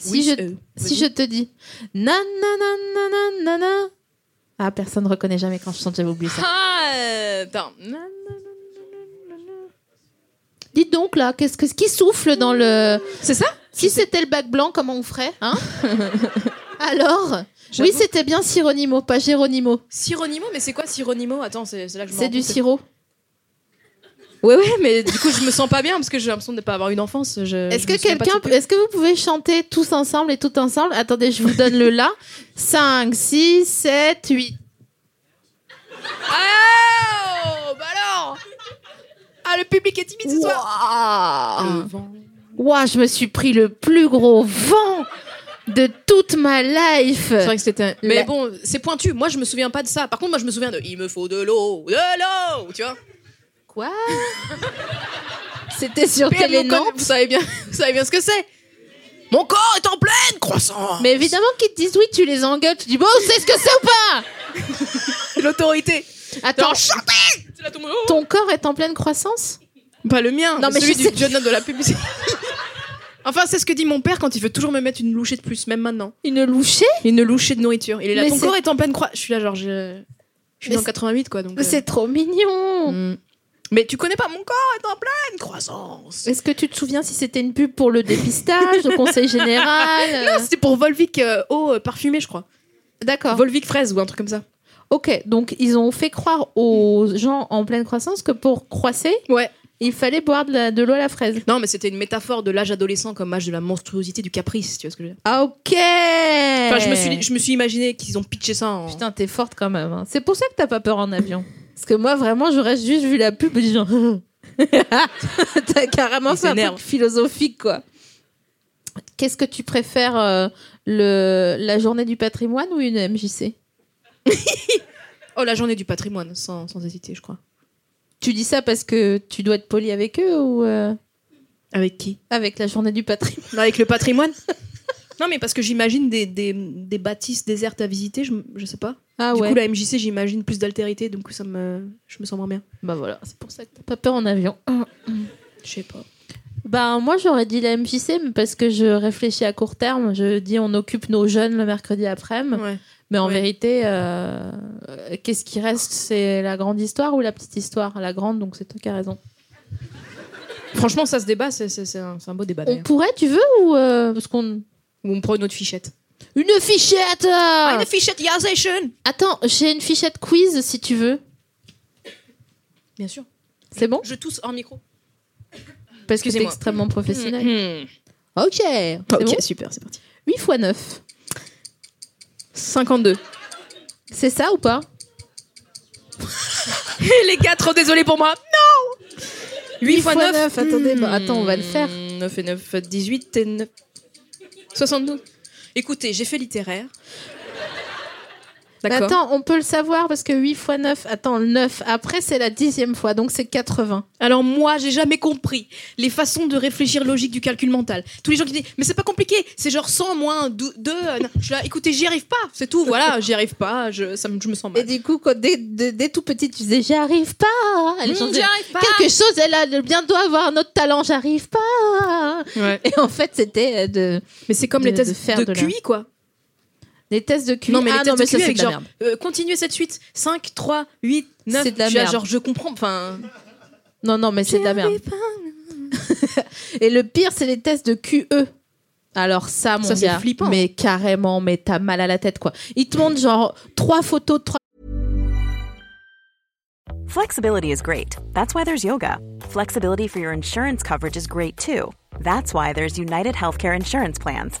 A: Si
B: Oui,
A: je
B: euh,
A: Si
B: vas-y.
A: je te dis na na na na na na na Ah personne reconnaît jamais quand je chante, j'avais oublié ça.
B: Ah, euh, attends. Non.
A: Dites donc là, qu'est-ce que ce qui souffle dans le
B: C'est ça
A: Si c'était le bac blanc, comment on ferait hein Alors
B: J'avoue.
A: Oui, c'était bien Sironimo, pas Géronimo.
B: Sironimo, mais c'est quoi Sironimo Attends, c'est c'est là que je me
A: C'est
B: rends
A: du
B: compte.
A: sirop.
B: Ouais, ouais, mais du coup, je me sens pas bien parce que j'ai l'impression de ne pas avoir une enfance. Je-
A: Est-ce
B: Euh, je
A: que
B: me souviens pas
A: quelqu'un
B: tout.
A: est-ce que vous pouvez chanter tous ensemble et tout ensemble Attendez, je vous donne le là. 5 6 7 8.
B: Ah, Oh Bah alors Ouah, le public est timide ce soir.
A: Waouh Waouh, je me suis pris le plus gros vent de toute ma life.
B: C'est vrai que c'était. un- Mais
A: La-
B: bon, c'est pointu. Moi, je me souviens pas de ça. Par contre, moi, je me souviens de. Il me faut de l'eau, de l'eau, tu vois.
A: Quoi C'était sur
B: PM,
A: Télé
B: mon corps-
A: Nantes
B: vous savez bien, vous savez bien ce que c'est. Mon corps est en pleine croissance.
A: Mais évidemment qu'ils te disent oui, tu les engueules, tu dis bon, c'est ce que c'est ou pas
B: l'autorité.
A: Attends,
B: Genre, chantez C'est là tout le monde.
A: ton corps est en pleine croissance
B: Pas le mien,
A: Non,
B: non,
A: mais
B: mais celui
A: je
B: du
A: sais.
B: jeune homme de la publicité. enfin, c'est ce que dit mon père quand il veut toujours me mettre une louchée de plus, même maintenant.
A: Une louchée
B: Une louchée de nourriture. Il est là,
A: Mais
B: ton
A: c'est-
B: corps est en pleine croix. Je suis là, genre, je, je suis
A: Mais
B: dans
A: c'est-
B: 88, quoi. Donc,
A: Mais
B: euh,
A: c'est trop mignon
B: mm. Mais tu connais pas mon corps est en pleine croissance.
A: Est-ce que tu te souviens si c'était une pub pour le dépistage, le conseil général
B: Ah, C'était pour Volvic euh, eau euh, parfumée, je crois.
A: D'accord.
B: Volvic fraise ou un truc comme ça.
A: Ok, donc ils ont fait croire aux gens en pleine croissance que pour croisser,
B: Ouais.
A: il fallait boire de la- de l'eau à la fraise.
B: Non, mais c'était une métaphore de l'âge adolescent comme âge de la monstruosité, du caprice, tu vois ce que je veux dire.
A: Ah ok
B: Enfin, je me suis, je me suis imaginé qu'ils ont pitché ça en.
A: Putain, t'es forte quand même. hein. C'est pour ça que t'as pas peur en avion. Parce que moi, vraiment, j'aurais juste vu la pub et dit genre... t'as carrément
B: Il
A: fait un
B: s'énerve.
A: truc philosophique, quoi. Qu'est-ce que tu préfères, euh, le, la journée du patrimoine ou une MJC
B: Oh, la journée du patrimoine, sans, sans hésiter, je crois.
A: Tu dis ça parce que tu dois être poli avec eux ou euh,
B: Avec qui
A: avec la journée du patrimoine
B: Non, Avec le patrimoine Non, mais parce que j'imagine des, des, des bâtisses désertes à visiter, je, je sais pas.
A: Ah
B: du
A: ouais.
B: coup, la MJC, j'imagine plus d'altérité, donc ça me, je me sens moins bien.
A: Bah voilà, c'est pour ça que t'as pas peur en avion.
B: Je sais pas.
A: Bah moi j'aurais dit la MJC mais parce que je réfléchis à court terme. Je dis on occupe nos jeunes le mercredi après-midi.
B: Ouais.
A: Mais en
B: Ouais.
A: vérité, euh, euh, qu'est-ce qui reste C'est la grande histoire ou la petite histoire La grande, donc c'est toi qui as raison.
B: Franchement, ça se débat, c'est, c'est- c'est un, c'est un beau débat
A: On
B: d'ailleurs.
A: pourrait, tu veux ou euh, parce qu'on
B: Ou on prend une autre fichette.
A: une fichette
B: Ah, une fichette Yazation
A: Attends, j'ai une fichette quiz si tu veux.
B: Bien sûr.
A: C'est bon
B: Je tousse hors micro.
A: Parce que c'est
B: Excusez-moi.
A: extrêmement professionnel.
B: Mhm.
A: Ok. c'est
B: Ok,
A: bon
B: super, c'est parti.
A: 8 x 9.
B: 52.
A: C'est ça ou pas
B: Les gars, trop désolé pour moi. Non 8,
A: fois neuf, attendez, bah, attends, on va le faire.
B: 9 Mmh, et 9, 18 et 9. 72. Écoutez, j'ai fait littéraire.
A: Mais
B: D'accord.
A: Attends, on peut le savoir parce que 8 x 9, attends, le 9 après c'est la dixième fois, donc c'est 80.
B: Alors moi, j'ai jamais compris les façons de réfléchir logique du calcul mental. Tous les gens qui disent mais c'est pas compliqué, c'est genre 100 moins 2. Je suis là, écoutez, j'y arrive pas, c'est tout. Voilà, j'y arrive pas, je, ça, me- je me sens
A: Et
B: mal.
A: du coup, quand, dès, dès- dès tout petit, tu disais j'y arrive pas. Les gens
B: Mm,
A: disaient,
B: j'y arrive pas.
A: quelque chose, elle a elle bien doit avoir un autre talent, j'arrive pas.
B: Ouais.
A: Et en fait, c'était euh, de,
B: Mais c'est comme
A: De-
B: les tests
A: de
B: de,
A: faire de la-
B: QI quoi.
A: des tests de QI.
B: Non, mais les
A: ah,
B: tests
A: non, mais
B: de
A: ça,
B: QI
A: c'est
B: avec
A: de la
B: genre,
A: merde.
B: euh, continuez cette suite 5 3 8 9.
A: C'est de la
B: je suis là,
A: merde.
B: genre je comprends enfin
A: Non, non, mais c'est de la merde. Et le pire, c'est les tests de QE. Alors ça, mon
B: Ça, c'est
A: gars,
B: flippant.
A: mais carrément, mais t'as mal à la tête, quoi. Ils te montrent genre trois photos de trois
C: Flexibility is great. That's why there's yoga. Flexibility for your insurance coverage is great too. That's why there's United Healthcare Insurance Plans.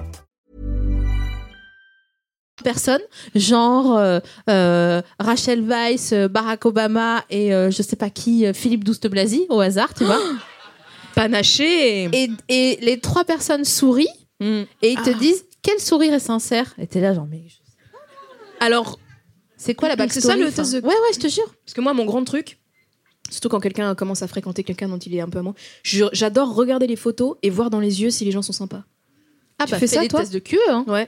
A: personnes, genre euh, euh, Rachel Weisz, euh, Barack Obama et euh, je sais pas qui, euh, Philippe Douste-Blazy, au hasard, tu vois.
B: panaché.
A: Et, et les trois personnes sourient
B: Mm.
A: et ils te disent quel sourire est sincère. Et t'es là, genre, mais je-
B: Alors
A: c'est quoi la
B: Donc c'est
A: backstory
B: ça, le
A: enfin
B: test de-
A: Ouais, ouais, je te jure.
B: Parce que moi, mon grand truc, surtout quand quelqu'un commence à fréquenter quelqu'un dont il est un peu amant, je- j'adore regarder les photos et voir dans les yeux si les gens sont sympas.
A: Ah,
B: Tu
A: bah,
B: fais
A: fais
B: ça,
A: des
B: toi
A: tests de QE. hein.
B: Ouais.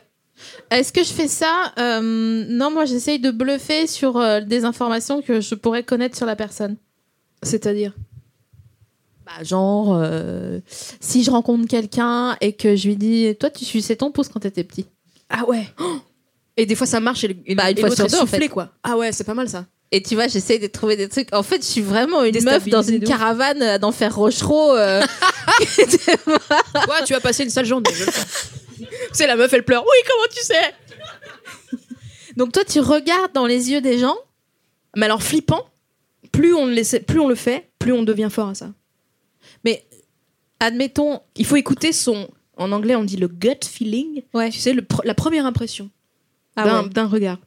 A: Est-ce que je fais ça Euh, Non, moi, j'essaye de bluffer sur euh, des informations que je pourrais connaître sur la personne.
B: C'est-à-dire
A: Bah, genre, euh, si je rencontre quelqu'un et que je lui dis Toi, tu suçais ton pouce quand t'étais petit.
B: Ah ouais Oh Et des fois, ça marche et, le- et
A: Bah, une
B: et
A: fois
B: l'autre
A: sur
B: est
A: deux, en
B: soufflé,
A: fait.
B: quoi. Ah ouais, c'est pas mal, ça.
A: Et tu vois, j'essaie de trouver des trucs. En fait, je suis vraiment une meuf
B: Déstabilisée
A: dans une
B: de ouf.
A: caravane euh, d'enfer Rochereau. euh.
B: ouais, tu as passé une sale journée. je le sens. C'est la meuf, elle pleure. Oui, comment tu sais
A: Donc toi, tu regardes dans les yeux des gens.
B: Mais alors, flippant, plus on, le laissait- plus on le fait, plus on devient fort à ça.
A: Mais admettons,
B: Il faut écouter son. En anglais, on dit le gut feeling.
A: ouais,
B: Tu sais, le pr- la première impression
A: ah
B: d'un
A: ouais.
B: d'un regard.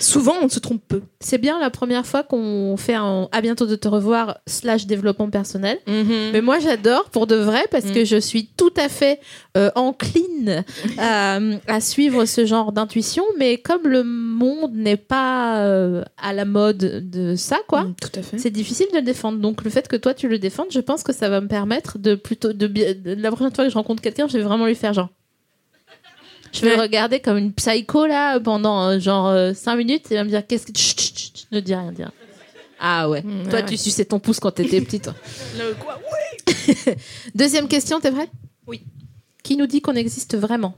B: Souvent, on se trompe peu.
A: c'est bien la première fois qu'on fait un à bientôt de te revoir slash développement personnel.
B: Mm-hmm.
A: Mais moi, j'adore pour de vrai parce que je suis tout à fait euh, encline à, à suivre ce genre d'intuition. Mais comme le monde n'est pas euh, à la mode de ça, quoi,
B: Mm, Tout à fait.
A: c'est difficile de le défendre. Donc, le fait que toi, tu le défendes, je pense que ça va me permettre de plutôt. De, bi- de- la prochaine fois que je rencontre quelqu'un, je vais vraiment lui faire genre. Je vais
B: Ouais.
A: le regarder comme une psycho là pendant euh, genre 5 minutes et il va me dire qu'est-ce que. Chut, chut, chut, chut, ne dis rien, dis rien. Ah ouais.
B: Mm,
A: toi,
B: ouais,
A: tu
B: ouais.
A: suçais ton pouce quand t'étais petit, toi. Deuxième question, t'es vrai
B: Oui.
A: Qui nous dit qu'on existe vraiment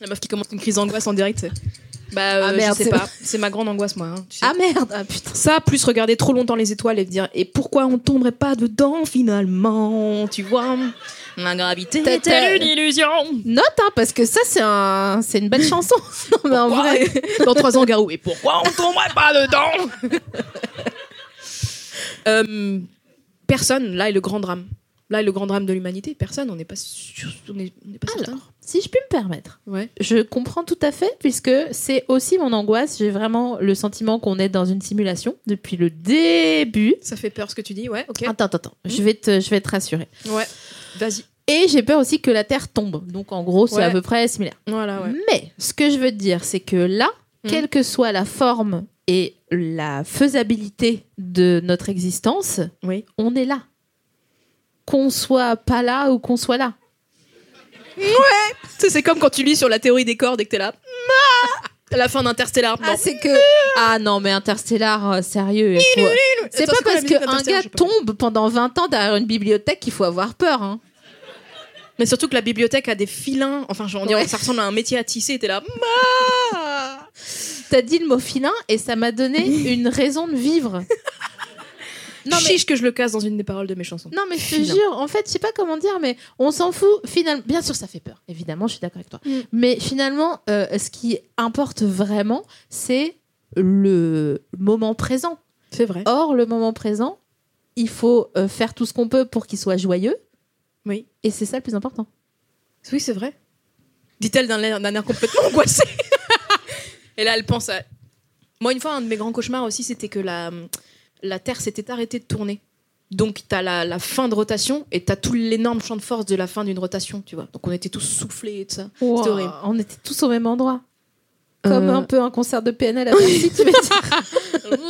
B: La meuf qui commence une crise d'angoisse en direct. c'est- Bah, euh,
A: Ah, merde,
B: je sais
A: c'est-
B: pas. C'est ma grande angoisse, moi. hein, tu sais.
A: Ah merde Ah putain
B: Ça, plus regarder trop longtemps les étoiles et dire et pourquoi on tomberait pas dedans finalement, tu vois La gravité
A: T'as- t'as-
B: était une illusion.
A: Note, hein, parce que ça, c'est un... c'est une belle chanson Non, mais en vrai
B: Dans trois ans, Garou. Et pourquoi on tomberait pas dedans Euh, Personne. Là est le grand drame. Là est le grand drame de l'humanité. Personne. On n'est pas sûr. On n'est on n'est pas certain.
A: Alors, si je puis me permettre,
B: Ouais.
A: je comprends tout à fait, puisque c'est aussi mon angoisse. J'ai vraiment le sentiment qu'on est dans une simulation depuis le début.
B: Ça fait peur ce que tu dis. Ouais. Ok.
A: Attends, attends, attends. Je, vais te, je vais te rassurer.
B: Ouais. Vas-y.
A: Et j'ai peur aussi que la Terre tombe. Donc, en gros, c'est
B: Ouais.
A: à peu près similaire.
B: Voilà. Ouais.
A: Mais ce que je veux te dire, c'est que là,
B: Mhm.
A: quelle que soit la forme et la faisabilité de notre existence,
B: Oui.
A: on est là. Qu'on soit pas là ou qu'on soit là.
B: Tu sais, c'est comme quand tu lis sur la théorie des cordes et que t'es là. À la fin d'Interstellar.
A: Ah,
B: Non.
A: c'est que. Ah non, mais Interstellar, euh, sérieux. il faut- C'est
B: Attends,
A: pas
B: c'est quoi la
A: parce
B: musique
A: qu'un gars
B: d'Interstellar, je sais pas.
A: tombe pendant 20 ans derrière une bibliothèque qu'il faut avoir peur. hein.
B: Mais surtout que la bibliothèque a des filins. Enfin, je veux dire,
A: Ouais.
B: ça ressemble à un métier à tisser. et T'es là. Ma
A: T'as dit le mot filin et ça m'a donné une raison de vivre. Non, mais-
B: Chiche que je le casse dans une des paroles de mes chansons.
A: Non, mais je te
B: Filin.
A: jure, en fait, je sais pas comment dire, mais on s'en fout. Finalement, bien sûr, ça fait peur, évidemment, je suis d'accord avec toi.
B: Mm.
A: Mais finalement, euh, ce qui importe vraiment, c'est le moment présent.
B: C'est vrai.
A: Or, le moment présent, il faut euh, faire tout ce qu'on peut pour qu'il soit joyeux.
B: Oui.
A: Et c'est ça le plus important.
B: Oui, c'est vrai. Dit-elle d'un air, d'un air complètement angoissé. et là, elle pense à. Moi, une fois, un de mes grands cauchemars aussi, c'était que la, la Terre s'était arrêtée de tourner. Donc, t'as la, la fin de rotation et t'as tout l'énorme champ de force de la fin d'une rotation, tu vois. Donc, on était tous soufflés et tout ça.
A: Wow,
B: horrible.
A: On était tous au même endroit. Comme
B: Euh.
A: un peu un concert de PNL à Bercy, tu veux dire.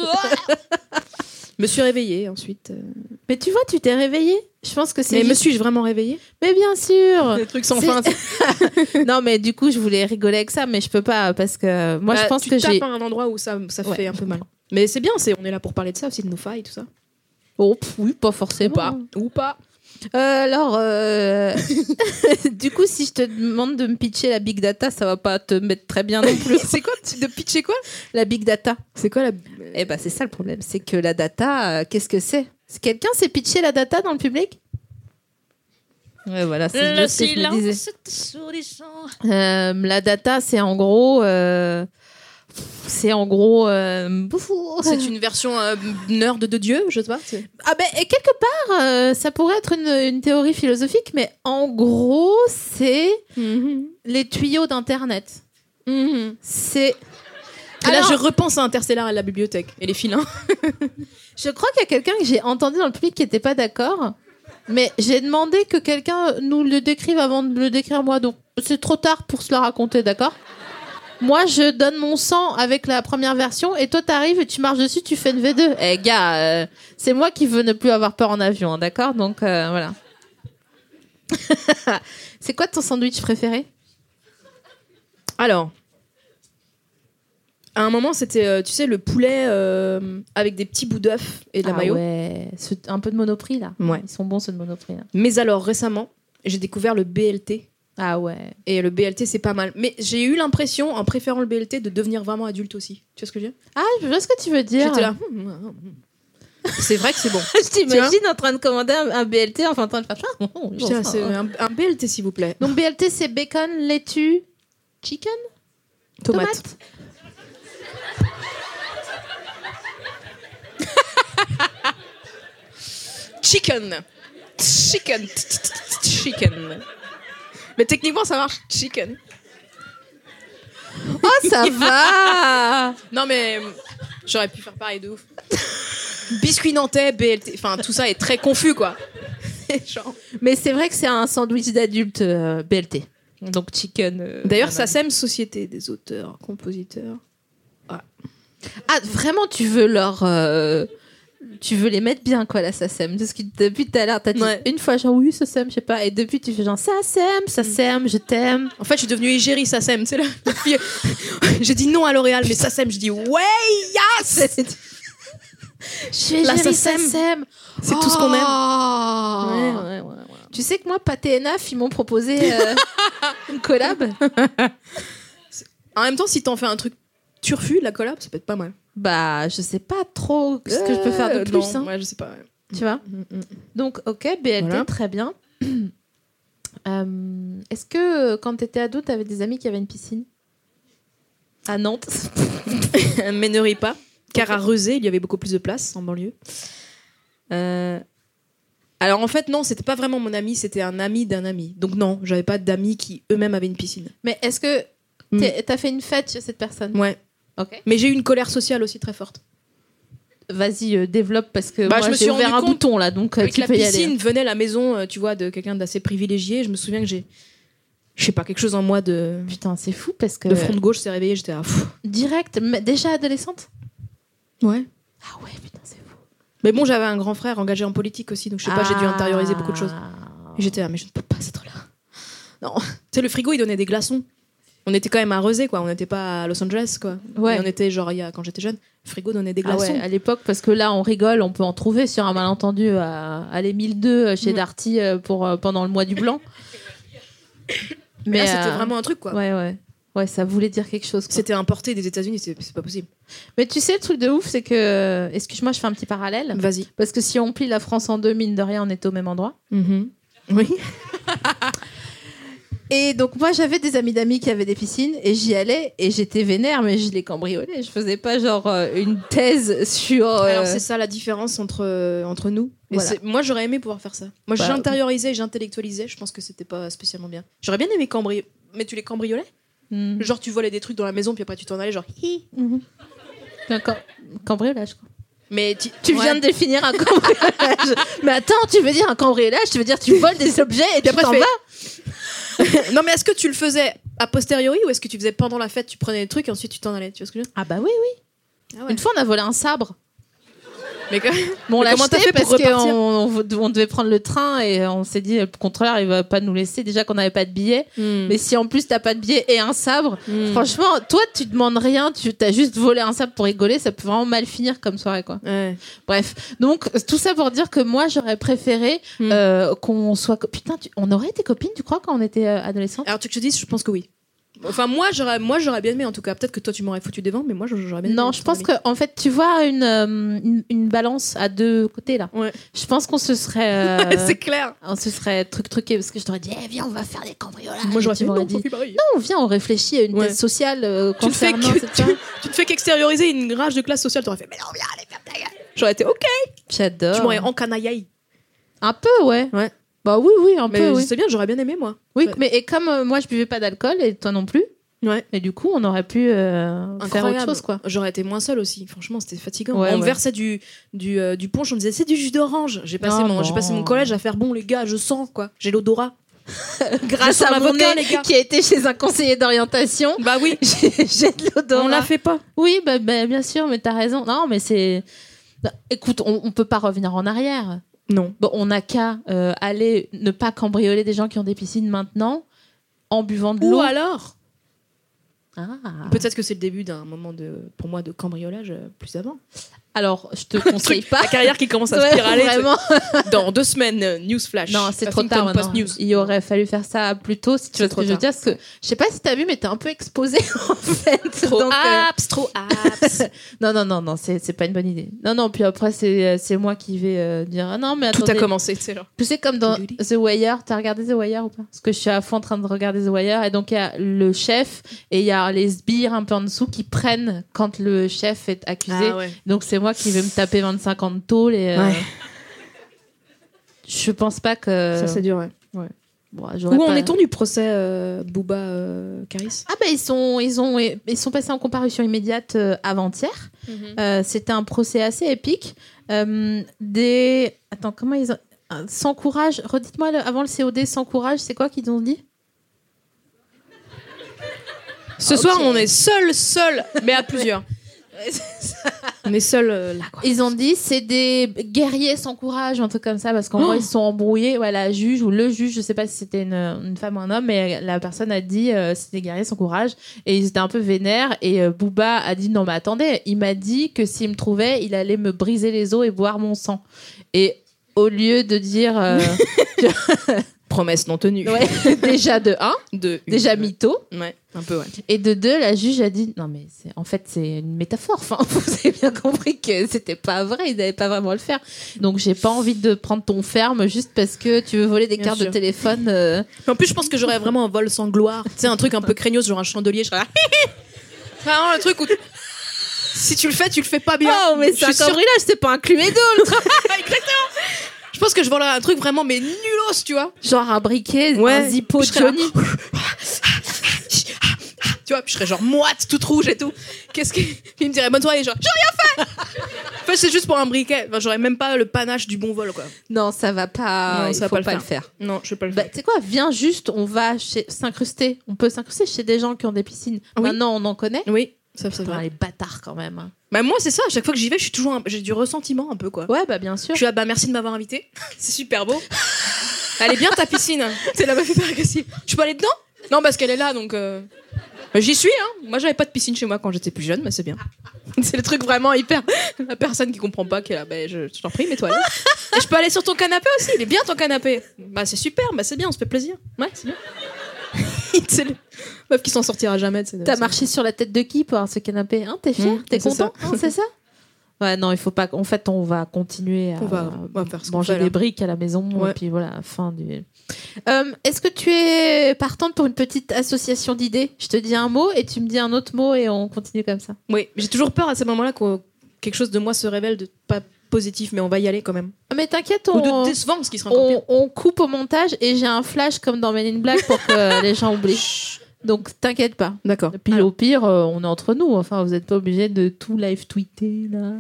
B: Je me suis réveillée ensuite. euh.
A: Mais tu vois, tu t'es réveillée. Je pense que c'est.
B: Mais me
A: juste-
B: suis-je vraiment réveillée
A: Mais bien sûr
B: trucs
A: C'est- non, mais du coup, je voulais rigoler avec ça, mais je peux pas parce que moi, je pense
B: tu
A: que
B: tapes
A: j'ai.
B: à un endroit où ça, ça
A: Ouais,
B: fait un
A: je
B: peu mal. Mais c'est bien, c'est on est là pour parler de ça aussi, de nos failles, tout ça. Oh.
A: Oh, pff, oui, pas forcément.
B: Ou pas.
A: Euh, alors, euh, du coup, si je te demande de me pitcher la big data, ça va pas te mettre très bien non plus.
B: c'est quoi tu- De pitcher quoi
A: la big data.
B: C'est quoi la.
A: Eh ben, c'est ça le problème, c'est que la data, euh, qu'est-ce que c'est C'est- Quelqu'un s'est pitché la data dans le public Ouais, voilà, c'est juste ce que je me disais. Euh, la data, c'est en gros, euh, c'est en gros, euh,
B: C'est une version euh, nerd de Dieu, je sais pas. c'est-
A: Ah ben, et quelque part, euh, ça pourrait être une, une théorie philosophique, mais en gros, c'est les tuyaux d'Internet. C'est...
B: Et
A: Alors,
B: là, je repense à Interstellar et la bibliothèque et les filins.
A: je... crois qu'il y a quelqu'un que j'ai entendu dans le public qui n'était pas d'accord, mais j'ai demandé que quelqu'un nous le décrive avant de le décrire moi, donc c'est trop tard pour se la raconter, d'accord moi, je donne mon sang avec la première version et toi, t'arrives et tu marches dessus, tu fais une V2. Eh, gars, euh, c'est moi qui veux ne plus avoir peur en avion, hein, d'accord Donc, euh, voilà. c'est quoi ton sandwich préféré
B: Alors. À un moment, c'était, euh, tu sais, le poulet euh, avec des petits bouts d'œuf et de la
A: Ah
B: mayo.
A: ouais, ce- un peu de monoprix là.
B: Ouais.
A: Ils sont bons ceux de monoprix là.
B: Mais alors, récemment, j'ai découvert le BLT.
A: Ah ouais.
B: Et le BLT, c'est pas mal. Mais j'ai eu l'impression, en préférant le BLT, de devenir vraiment adulte aussi. Tu vois ce que je veux dire
A: Ah, je vois ce que tu veux dire.
B: J'étais là. hum, hum, hum, hum. C'est vrai que c'est bon.
A: je t'imagine en train de commander un, un BLT, enfin en train de faire. Ah, bon,
B: Putain,
A: ça,
B: c'est
A: hein.
B: un, un BLT, s'il vous plaît.
A: Donc BLT c'est bacon, laitue, Chicken
B: Tomate. Chicken. Chicken. Chicken. Mais techniquement, ça marche. Chicken.
A: Oh, ça va
B: Non, mais euh, j'aurais pu faire pareil de ouf. Biscuit nantais, BLT. Enfin, tout ça est très confus, quoi. Genre.
A: Mais c'est vrai que c'est un sandwich d'adulte euh, BLT. Donc chicken. euh,
B: D'ailleurs,
A: banane.
B: ça sème Société des auteurs, compositeurs.
A: Ah, vraiment, tu veux leur. euh, Tu veux les mettre bien, quoi, la SACEM. Parce que depuis tout à l'heure, t'as dit
B: Ouais.
A: une fois, genre, oui, SACEM, je sais pas. Et depuis, tu fais genre, SACEM,
B: Mm.
A: SACEM, je t'aime.
B: En fait, je suis devenue égérie Sassem, tu sais là. la fille. J'ai dit non à L'Oréal, mais Sassem, je dis ouais, yes
A: Je suis
B: La
A: la
B: SACEM.
A: SACEM.
B: C'est tout
A: Oh.
B: ce qu'on aime.
A: aime.
B: ouais, ouais, ouais.
A: Oh. Tu sais que moi, Pathé et Naf, ils m'ont proposé euh, une collab.
B: En même temps, si t'en fais un truc turfu, la collab, ça peut être pas mal.
A: Bah, je sais pas trop ce que je peux faire
B: Euh,
A: de plus,
B: non,
A: hein,
B: Ouais, je sais pas. ouais.
A: tu vois. Donc, ok, BLT,
B: Voilà.
A: très bien. Euh, Est-ce que euh, quand t'étais ado, t'avais des amis qui avaient une piscine À Nantes
B: mais ne ris pas, car à Rezé, il y avait beaucoup plus de place en banlieue. Euh, Alors en fait, non, c'était pas vraiment mon ami, c'était un ami d'un ami. Donc non, j'avais pas d'amis qui eux-mêmes avaient une piscine.
A: Mais est-ce que
B: Mm.
A: t'es- t'as fait une fête chez cette personne
B: Ouais.
A: Ok.
B: Mais j'ai eu une colère sociale aussi très forte.
A: Vas-y, euh, développe parce que
B: Bah,
A: moi,
B: je me
A: j'ai
B: suis
A: ouvert
B: rendu
A: un
B: compte
A: bouton là, donc euh,
B: Avec
A: tu
B: la
A: peux y aller.
B: piscine venait la maison, euh, tu vois, de quelqu'un d'assez privilégié. Je me souviens que j'ai, je sais pas, quelque chose en moi de,
A: Putain, c'est fou parce que
B: de front de gauche s'est réveillé. J'étais à
A: direct, mais déjà adolescente.
B: Ouais.
A: Ah ouais, putain, c'est fou.
B: Mais bon, j'avais un grand frère engagé en politique aussi, donc je sais pas, j'ai dû
A: Ah.
B: intérioriser beaucoup de choses. Et J'étais là, mais je ne peux pas être là. Non, tu sais, le frigo, il donnait des glaçons. On était quand même à Rezé, quoi. On n'était pas à Los Angeles, quoi.
A: Ouais.
B: Et on était genre, il y a- quand j'étais jeune, le frigo donnait des
A: Ah
B: glaçons.
A: ouais, à l'époque, parce que là, on rigole, on peut en trouver sur un malentendu à, à les 1002 chez
B: Mm.
A: Darty euh, pour, euh, pendant le mois du blanc.
B: mais là, c'était
A: euh,
B: vraiment un truc, quoi.
A: Ouais, ouais. Ouais, ça voulait dire quelque chose. quoi.
B: C'était importé des États-Unis, c'est c'est pas possible.
A: Mais tu sais, le truc de ouf, c'est que. euh, Excuse-moi, je fais un petit parallèle.
B: Vas-y.
A: Parce que si on plie la France en deux, mine de rien, on est au même endroit. Mhm.
B: Oui.
A: Et donc moi j'avais des amis d'amis qui avaient des piscines et j'y allais et j'étais vénère mais je les cambriolais. Je faisais pas genre euh, une thèse sur. euh,
B: Alors, c'est ça la différence entre, euh, entre nous. Et
A: Voilà.
B: c'est- Moi, j'aurais aimé pouvoir faire ça. Moi,
A: Bah,
B: j'intériorisais, j'intellectualisais. Je pense que c'était pas spécialement bien. J'aurais bien aimé cambrioler. Mais tu les cambriolais
A: hmm,
B: Genre, tu volais des trucs dans la maison, puis après, tu t'en allais, genre, hi.
A: mhm. Un cam- cambriolage quoi.
B: Mais tu,
A: Tu viens de définir un cambriolage. mais attends, tu veux dire un cambriolage, tu veux dire tu voles des objets et
B: Puis
A: tu
B: après,
A: t'en
B: tu
A: vas
B: fais- non, mais est-ce que tu le faisais a posteriori ou est-ce que tu faisais pendant la fête, tu prenais les trucs et ensuite tu t'en allais Tu vois ce que je veux
A: Ah bah oui oui.
B: dire Ah ouais.
A: Une fois on a volé un sabre.
B: Mais quand-
A: Bon, on
B: Mais
A: l'a
B: comment t'as
A: acheté
B: fait pour
A: parce qu'on
B: repartir
A: on, on devait prendre le train et on s'est dit le contrôleur il va pas nous laisser déjà qu'on n'avait pas de billets. Mais si en plus t'as pas de billets et un sabre,
B: Mm.
A: franchement, toi tu demandes rien, tu t'as juste volé un sabre pour rigoler, ça peut vraiment mal finir comme soirée quoi.
B: Ouais.
A: Bref, donc tout ça pour dire que moi j'aurais préféré
B: Mm.
A: euh, qu'on soit co- putain, tu- on aurait été copines, tu crois quand on était euh, adolescente
B: Alors, tu que je te dis, je pense que oui. Enfin, moi j'aurais, moi, j'aurais bien aimé en tout cas. Peut-être que toi tu m'aurais foutu des vents, mais moi j'aurais bien aimé.
A: Non, je pense que en fait tu vois une, euh, une, une balance à deux côtés là.
B: Ouais.
A: Je pense qu'on se serait euh,
B: C'est clair.
A: on se serait truc truqué parce que je t'aurais dit Eh, viens on va faire des cambriolages.
B: Moi j'aurais
A: Et tu
B: fait non,
A: m'aurais
B: on
A: dit
B: fait pareil.
A: on vient on réfléchit à une
B: Ouais.
A: thèse sociale euh,
B: Tu ne fais
A: concernant
B: que-
A: cette
B: tu-
A: chose.
B: tu ne fais qu'extérioriser une rage de classe sociale. T'aurais fait, mais non, viens, allez, ferme ta gueule. J'aurais été ok. Tu
A: J'adore.
B: m'aurais encanaillé.
A: Un peu, ouais.
B: Ouais.
A: Bah oui, oui, un
B: Mais
A: peu, oui.
B: c'est bien, j'aurais bien aimé moi.
A: Oui,
B: Ouais.
A: mais et comme euh, moi je buvais pas d'alcool et toi non plus,
B: Ouais.
A: et du coup on aurait pu euh, faire
B: Incroyable.
A: autre chose quoi.
B: J'aurais été moins seule aussi. Franchement, c'était fatigant.
A: Ouais,
B: on me
A: ouais.
B: versait du du, euh, du punch, on me disait c'est du jus d'orange. J'ai passé
A: Oh
B: mon
A: non.
B: j'ai passé mon collège à faire bon les gars, je sens quoi. J'ai l'odorat.
A: Grâce
B: Je sens
A: à mon
B: l'avocat,
A: nez
B: les gars.
A: qui a été chez un conseiller d'orientation,
B: Bah oui.
A: j'ai j'ai de l'odorat.
B: on la fait pas.
A: Oui, bah, bah, bien sûr, mais t'as raison. Non, mais c'est. Bah, Écoute, on, on peut pas revenir en arrière.
B: Non.
A: Bon, on n'a qu'à euh, aller ne pas cambrioler des gens qui ont des piscines maintenant en buvant de
B: Ou
A: l'eau.
B: alors
A: Ah.
B: peut-être que c'est le début d'un moment de pour moi de cambriolage euh, plus avant.
A: Alors, je te conseille pas.
B: La carrière qui commence à
A: Ouais,
B: spiraler.
A: vraiment.
B: Dans deux semaines, euh, newsflash.
A: Non, c'est trop
B: Huffington
A: tard
B: Post
A: maintenant.
B: News.
A: Il aurait fallu faire ça plus tôt si tu veux ce
B: C'est trop
A: que je veux dire. Parce que je sais pas si t'as vu, mais t'es un peu exposé en fait.
B: Trop
A: Donc, euh,
B: apps, trop apps.
A: non, non, non, non, c'est c'est pas une bonne idée. Non, non, puis après, c'est euh, c'est moi qui vais euh, dire Ah non, mais
B: Tout a
A: attendez.
B: commencé, c'est genre.
A: Tu sais, comme dans
B: Doody.
A: The Wire, t'as regardé The Wire ou pas Parce que je suis à fond en train de regarder The Wire. Et donc, il y a le chef et il y a les sbires un peu en dessous qui prennent quand le chef est accusé.
B: Ah ouais.
A: Donc, c'est moi qui vais me taper 25 ans de tôle. Et, euh,
B: Ouais.
A: Je pense pas que.
B: Ça, c'est dur, ouais.
A: Bon,
B: Où
A: j'aurais
B: en
A: pas-
B: est-on du procès euh, Booba euh, Caris
A: Ah bah ils sont ils ont ils sont passés en comparution immédiate euh, avant-hier.
B: Mhm.
A: Euh, C'était un procès assez épique. Euh, des attends comment ils ont Ah, sans courage. Redites-moi le- avant le COD sans courage c'est quoi qu'ils ont dit
B: Ce
A: Ok.
B: soir, on est seul, seul, mais à plusieurs. on est seul euh, là, quoi.
A: Ils ont dit c'est des guerriers sans courage un truc comme ça parce qu'en
B: Oh.
A: gros ils se sont embrouillés ouais, la juge ou le juge je sais pas si c'était une, une femme ou un homme mais la personne a dit euh, c'est des guerriers sans courage et ils étaient un peu vénères et euh, Booba a dit non mais attendez il m'a dit que s'il me trouvait il allait me briser les os et boire mon sang et au lieu de dire euh,
B: Promesse non tenue.
A: ouais, déjà de 1
B: De-
A: déjà mytho
B: Ouais, un peu, ouais.
A: et de deux, la juge a dit non mais c'est en fait c'est une métaphore. Enfin, vous avez bien compris que c'était pas vrai, ils n'avaient pas vraiment à le faire. Donc j'ai pas envie de prendre ton ferme juste parce que tu veux voler des
B: Bien
A: cartes de
B: sûr.
A: téléphone. euh.
B: Mais en plus, je pense que j'aurais vraiment un vol sans gloire. Tu sais, un truc un peu craignos, genre un chandelier. Je serais là. vraiment le truc où. t- Si tu le fais, tu le fais pas bien.
A: Oh mais
B: Je
A: c'est
B: suis
A: un
B: sûre-
A: cambriolage, c'est pas un cluedo. le truc.
B: Je pense que je volerais un truc vraiment, mais nulos, tu vois.
A: Genre un briquet, un zippo
B: je serais là.
A: Johnny.
B: Tu vois, puis je serais genre moite, toute rouge et tout. Qu'est-ce que. Puis il me dirait bonne soirée, genre, j'ai rien fait En fait, c'est juste pour un briquet. Enfin, j'aurais même pas le panache du bon vol, quoi.
A: Non ça va pas,
B: Non,
A: il
B: ça va
A: faut
B: pas le
A: pas le
B: faire.
A: faire.
B: Non, je vais pas le
A: Bah,
B: faire.
A: tu sais quoi, viens juste, on va chez- s'incruster. On peut s'incruster chez des gens qui ont des piscines.
B: Oui.
A: Maintenant, on en connaît.
B: oui, ça, ça
A: Putain,
B: va.
A: les bâtards quand même. hein.
B: Bah, moi, c'est ça, à chaque fois que j'y vais, je suis toujours. un- J'ai du ressentiment un peu, quoi.
A: Ouais, bah bien sûr.
B: Je suis là, bah merci de m'avoir invité. C'est super beau. Elle est bien ta piscine. C'est la meuf hyper agressive. Tu peux aller dedans Non, parce qu'elle est là, donc. euh, bah, J'y suis, hein. Moi, j'avais pas de piscine chez moi quand j'étais plus jeune, mais c'est bien. C'est le truc vraiment hyper. La personne qui comprend pas, qui est là, bah, je, je t'en prie, mets-toi là. Et je peux aller sur ton canapé aussi. Il est bien ton canapé. Bah, c'est super, bah, c'est bien, on se fait plaisir. Ouais, c'est bien. c'est le meuf qui s'en sortira jamais de cette-
A: T'as marché sur la tête de qui pour avoir ce canapé hein, T'es fier
B: Mmh,
A: T'es
B: c'est
A: content Hein, C'est ça Ouais, non, il faut pas. En fait, on va continuer à
B: On va, on va faire ce qu'on
A: manger
B: fait, là.
A: des briques à la maison.
B: Ouais.
A: Et puis voilà, fin du. Euh, Est-ce que tu es partante pour une petite association d'idées Je te dis un mot et tu me dis un autre mot et on continue comme ça.
B: Oui, j'ai toujours peur à ce moment-là que quelque chose de moi se révèle de pas positif, mais on va y aller quand même.
A: Ah, Mais t'inquiète,
B: Ou de
A: on,
B: décevant, ce qui serait encore pire.
A: on, on coupe au montage et j'ai un flash comme dans Men in Black pour que les gens oublient. Donc t'inquiète pas.
B: D'accord.
A: Et puis au pire, euh, on est entre nous. Enfin, vous n'êtes pas obligé de tout live tweeter là.
B: Non,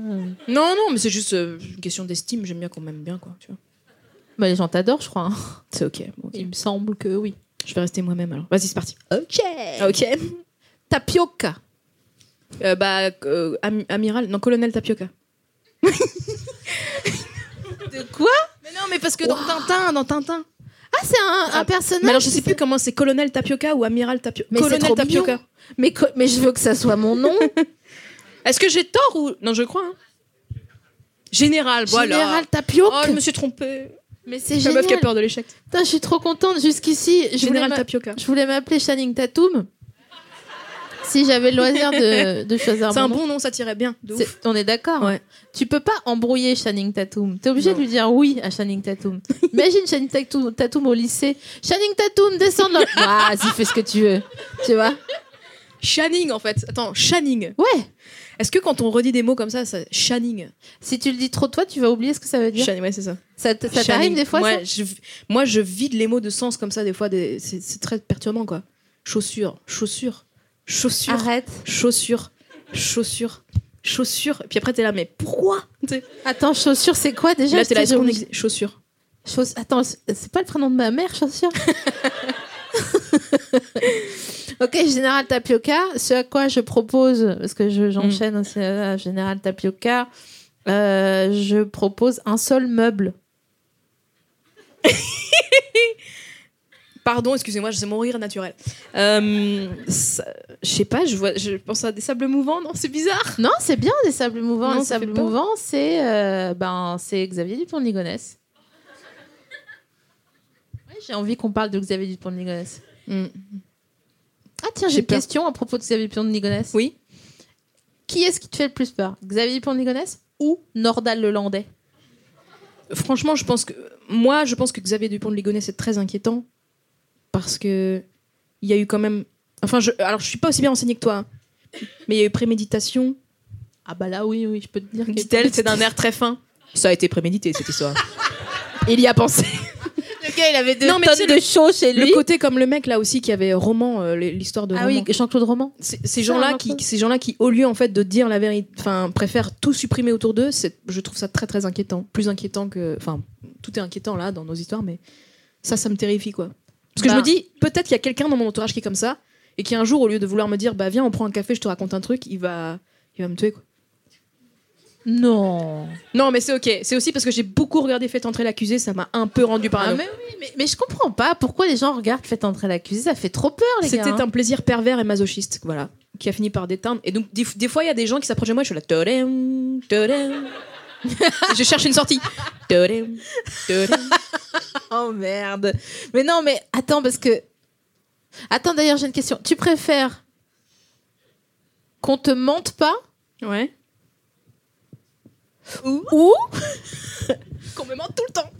B: non, mais c'est juste euh, une question d'estime. J'aime bien qu'on m'aime bien, quoi. Tu vois.
A: Bah, les gens t'adorent, je crois. hein.
B: C'est ok. bon, ok.
A: Il me semble que oui.
B: Je vais rester moi-même alors. Vas-y, c'est parti.
A: Ok.
B: Ok.
A: Tapioca.
B: Euh, bah, euh, am- amiral, non, colonel Tapioca.
A: De quoi
B: Mais non, mais parce que dans Tintin, dans Tintin.
A: Ah, c'est un, un
B: Ah,
A: personnage.
B: Mais alors, je sais plus comment c'est colonel Tapioca ou amiral Tapioca.
A: Mais c'est
B: colonel
A: trop
B: Tapioca.
A: mignon. Mais, co- mais je veux que ça soit mon nom.
B: Est-ce que j'ai tort ou. Non, je crois. hein. Général, voilà.
A: Général Tapioca.
B: Oh, je me suis trompée.
A: Mais c'est
B: La
A: génial.
B: meuf qui a peur de l'échec.
A: Putain, je suis trop contente. Jusqu'ici, je voulais
B: Général
A: m'a-
B: Tapioca.
A: je voulais m'appeler Channing Tatum. Si j'avais le loisir de, de choisir
B: C'est
A: mon
B: un
A: nom.
B: bon nom, ça tirait bien. de ouf.
A: C'est- On est d'accord. hein.
B: Ouais.
A: Tu peux pas embrouiller Channing Tatum. T'es obligé
B: Non.
A: de lui dire oui à Channing Tatum. Imagine Channing Tatum, Tatum au lycée. Channing Tatum, descends de là. Vas-y, fais ce que tu veux. Tu vois
B: Shining en fait. Attends, Shining.
A: Ouais.
B: Est-ce que quand on redit des mots comme ça, ça Shining.
A: Si tu le dis trop de toi, tu vas oublier ce que ça veut dire.
B: Shining, ouais, c'est ça.
A: Ça, t- ça
B: Shining.
A: t'arrive des fois ça
B: Ouais, je- Moi, je vide les mots de sens comme ça des fois. Des... C'est c'est très perturbant quoi. Chaussure, chaussure, chaussure,
A: Arrête.
B: chaussure, chaussure, chaussure. Et puis après, t'es là, mais pourquoi Tu sais,
A: Attends, chaussure, c'est quoi déjà
B: Là, t'es là,
A: Parce
B: est-ce
A: que
B: qu'on
A: j'ai
B: exi- chaussure
A: oublié. Chauss- Attends, c'est c'est pas le prénom de ma mère, chaussure Ok, Général Tapioca, ce à quoi je propose, parce que je- j'enchaîne
B: Mm.
A: aussi à à Général Tapioca, euh, je propose un seul meuble.
B: Pardon, excusez-moi, c'est mon rire naturel. Euh, ça- je sais pas, je, vois, je pense à des sables mouvants, non C'est bizarre.
A: Non, c'est bien des sables mouvants.
B: Non,
A: les
B: ça fait
A: sables
B: peur.
A: mouvants, c'est euh, ben, c'est Xavier Dupont-Ligonnès. Ouais, j'ai envie qu'on parle de Xavier Dupont-Ligonnès. Ah tiens, j'ai
B: J'ai
A: une
B: peur.
A: question à propos de Xavier Dupont-Ligonnès.
B: Oui.
A: Qui est-ce qui te fait le plus peur Xavier Dupont-Ligonnès ou Nordal Le Landais
B: Franchement, je pense que moi, je pense que Xavier Dupont de Ligonnès c'est très inquiétant parce que il y a eu quand même. Enfin, je, alors je suis pas aussi bien renseignée que toi, hein, mais il y a eu préméditation.
A: Ah bah là, oui, oui, je peux te dire. que-
B: Dit-elle, c'est d'un air très fin. Ça a été prémédité cette histoire. il y a pensé.
A: Le Ah gars, il avait deux
B: Non, mais tu
A: tonnes
B: sais,
A: de
B: le-
A: show chez lui.
B: Le côté comme le mec là aussi qui avait roman, euh, l'histoire de
A: ah
B: roman.
A: oui, Jean-Claude Roman.
B: C- ces
A: Ça,
B: gens-là
A: un
B: qui
A: peu.
B: ces gens-là qui au lieu en fait de dire la vérité enfin préfèrent tout supprimer autour d'eux c'est je trouve ça très très inquiétant plus inquiétant que enfin tout est inquiétant là dans nos histoires mais ça ça me terrifie quoi parce que
A: Bah.
B: je me dis peut-être qu'il y a quelqu'un dans mon entourage qui est comme ça et qui un jour au lieu de vouloir me dire bah viens on prend un café je te raconte un truc il va il va me tuer quoi
A: Non.
B: non mais c'est ok c'est aussi parce que j'ai beaucoup regardé fait entrer l'accusé ça m'a un peu rendu
A: Ah,
B: parano
A: mais oui, mais, mais je comprends pas pourquoi les gens regardent Faites entrer l'accusé, ça fait trop peur, les gars.
B: C'était
A: hein.
B: un plaisir pervers et masochiste, voilà, qui a fini par déteindre. Et donc, des, des fois, il y a des gens qui s'approchent de moi, je suis là, tadam, tadam. je cherche une sortie. Tadam, tadam.
A: Oh merde. Mais non, mais attends, parce que. Attends, d'ailleurs, j'ai une question. Tu préfères qu'on te mente pas
B: Ouais.
A: ou.
B: Qu'on me mente tout le temps.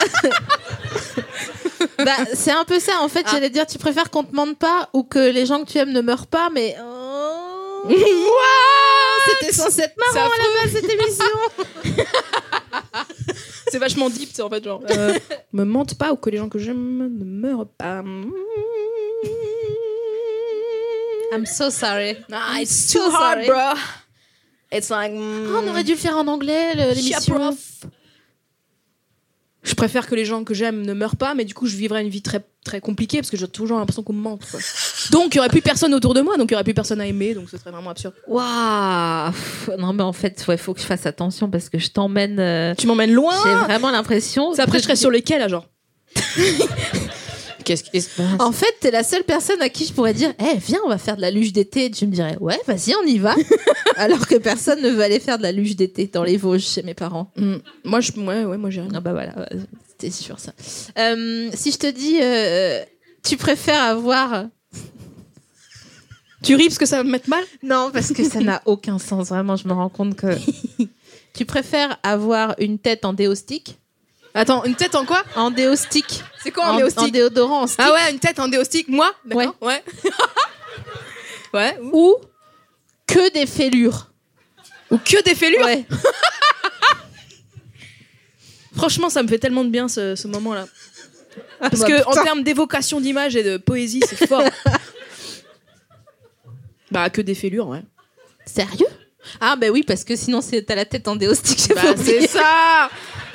A: Bah, c'est un peu ça, en fait,
B: Ah.
A: j'allais dire tu préfères qu'on te mente pas ou que les gens que tu aimes ne meurent pas, mais. Oh. C'était censé être
B: C'est
A: marrant à
B: affreux.
A: la base, cette émission
B: C'est vachement deep, c'est en fait, genre. euh, me mente pas ou que les gens que j'aime ne meurent pas. Mm.
A: I'm so sorry.
B: Ah, it's
A: So
B: too hard,
A: sorry.
B: bro. It's like. mm.
A: Oh, on aurait dû le faire en anglais, le- l'émission.
B: Je préfère que les gens que j'aime ne meurent pas, mais du coup, je vivrais une vie très, très compliquée parce que j'ai toujours l'impression qu'on me ment. quoi. Donc, il n'y aurait plus personne autour de moi, donc il n'y aurait plus personne à aimer, donc ce serait vraiment absurde.
A: Waouh Non, mais en fait, il faut que je fasse attention parce que je t'emmène. euh,
B: Tu m'emmènes
A: J'ai
B: loin
A: vraiment l'impression.
B: Ça, Après,
A: que-
B: je serais sur les quais, là, genre. Qu'est-ce qui se passe
A: En fait, t'es la seule personne à qui je pourrais dire, eh, viens, on va faire de la luge d'été. Et tu me dirais, ouais, vas-y, on y va. Alors que personne ne veut aller faire de la luge d'été dans les Vosges chez mes parents.
B: Hmm, Moi, je, ouais, ouais, moi, j'ai rien.
A: Ah bah voilà, ouais, c'était sûr ça. Euh, si je te dis, euh, tu préfères avoir.
B: Tu ris parce que ça va me mettre mal
A: Non, parce que ça n'a aucun sens, vraiment, je me rends compte que. tu préfères avoir une tête en déostique
B: Attends, une tête en quoi
A: En déostique
B: C'est quoi un
A: en, en
B: déostique
A: déodorant, en stick.
B: Ah ouais, une tête en déostique, moi D'accord, ouais. ouais. Ou,
A: Ou que des fêlures
B: ou que des fêlures
A: Ouais.
B: Franchement, ça me fait tellement de bien ce, ce moment-là. Parce
A: bah,
B: que
A: putain.
B: en termes d'évocation d'image et de poésie, c'est fort. bah que des fêlures, ouais.
A: Sérieux Ah bah oui, parce que sinon c'est t'as la tête en déostique, j'ai pas
B: Bah c'est
A: oublié.
B: ça.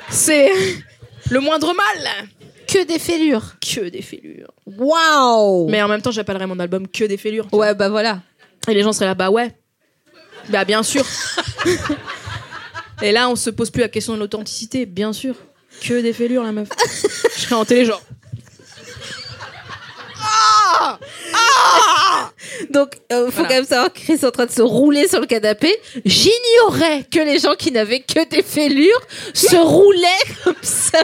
B: C'est le moindre mal.
A: Que des fêlures.
B: Que des fêlures.
A: Waouh
B: Mais en même temps, j'appellerais mon album que des fêlures.
A: Ouais, bah voilà.
B: Et les gens seraient là, bah ouais. Bah bien sûr. et là, on se pose plus la question de l'authenticité, bien sûr. Que des fêlures, la meuf. Je serais en télé, genre.
A: Donc, euh, faut
B: Voilà.
A: quand même savoir que Chris est en train de se rouler sur le canapé. J'ignorais que les gens qui n'avaient que des fêlures se roulaient comme ça.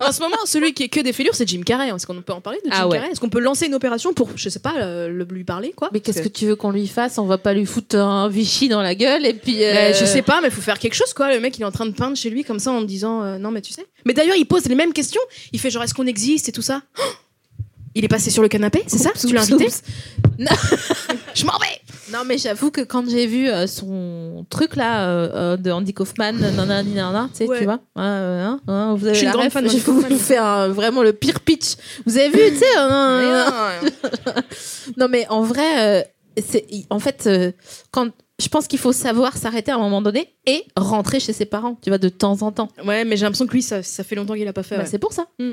B: En ce moment, celui qui est que des fêlures, c'est Jim Carrey. Est-ce qu'on peut en parler de Jim
A: Ah ouais.
B: Carrey Est-ce qu'on peut lancer une opération pour, je sais pas, le, le- lui parler quoi
A: Mais qu'est-ce que tu veux qu'on lui fasse On va pas lui foutre un Vichy dans la gueule et puis.
B: Euh, Je sais pas, mais faut faire quelque chose quoi. Le mec, il est en train de peindre chez lui comme ça en me disant euh, non, mais tu sais. Mais d'ailleurs, il pose les mêmes questions. Il fait genre est-ce qu'on existe et tout ça. Oh il est passé sur le canapé, c'est ça Tu l'as invité Je m'en vais.
A: Non, mais j'avoue que quand j'ai vu euh, son truc là euh, euh, de Andy Kaufman, nanana, nanana, tu sais,
B: Ouais.
A: tu vois, Ouais, ouais, hein, hein, vous avez
B: Je suis
A: la
B: une grande
A: ref,
B: fan d'Andy
A: j'ai voulu
B: Kaufman.
A: faire euh, vraiment le pire pitch. Vous avez vu, tu sais, euh, euh, non, mais en vrai, euh, c'est il- en fait, euh, quand je pense qu'il faut savoir s'arrêter à un moment donné et rentrer chez ses parents, tu vois, de temps en temps.
B: Ouais, mais j'ai l'impression que lui, ça, ça fait longtemps qu'il a pas fait.
A: Bah,
B: ouais.
A: C'est pour ça.
B: Mm.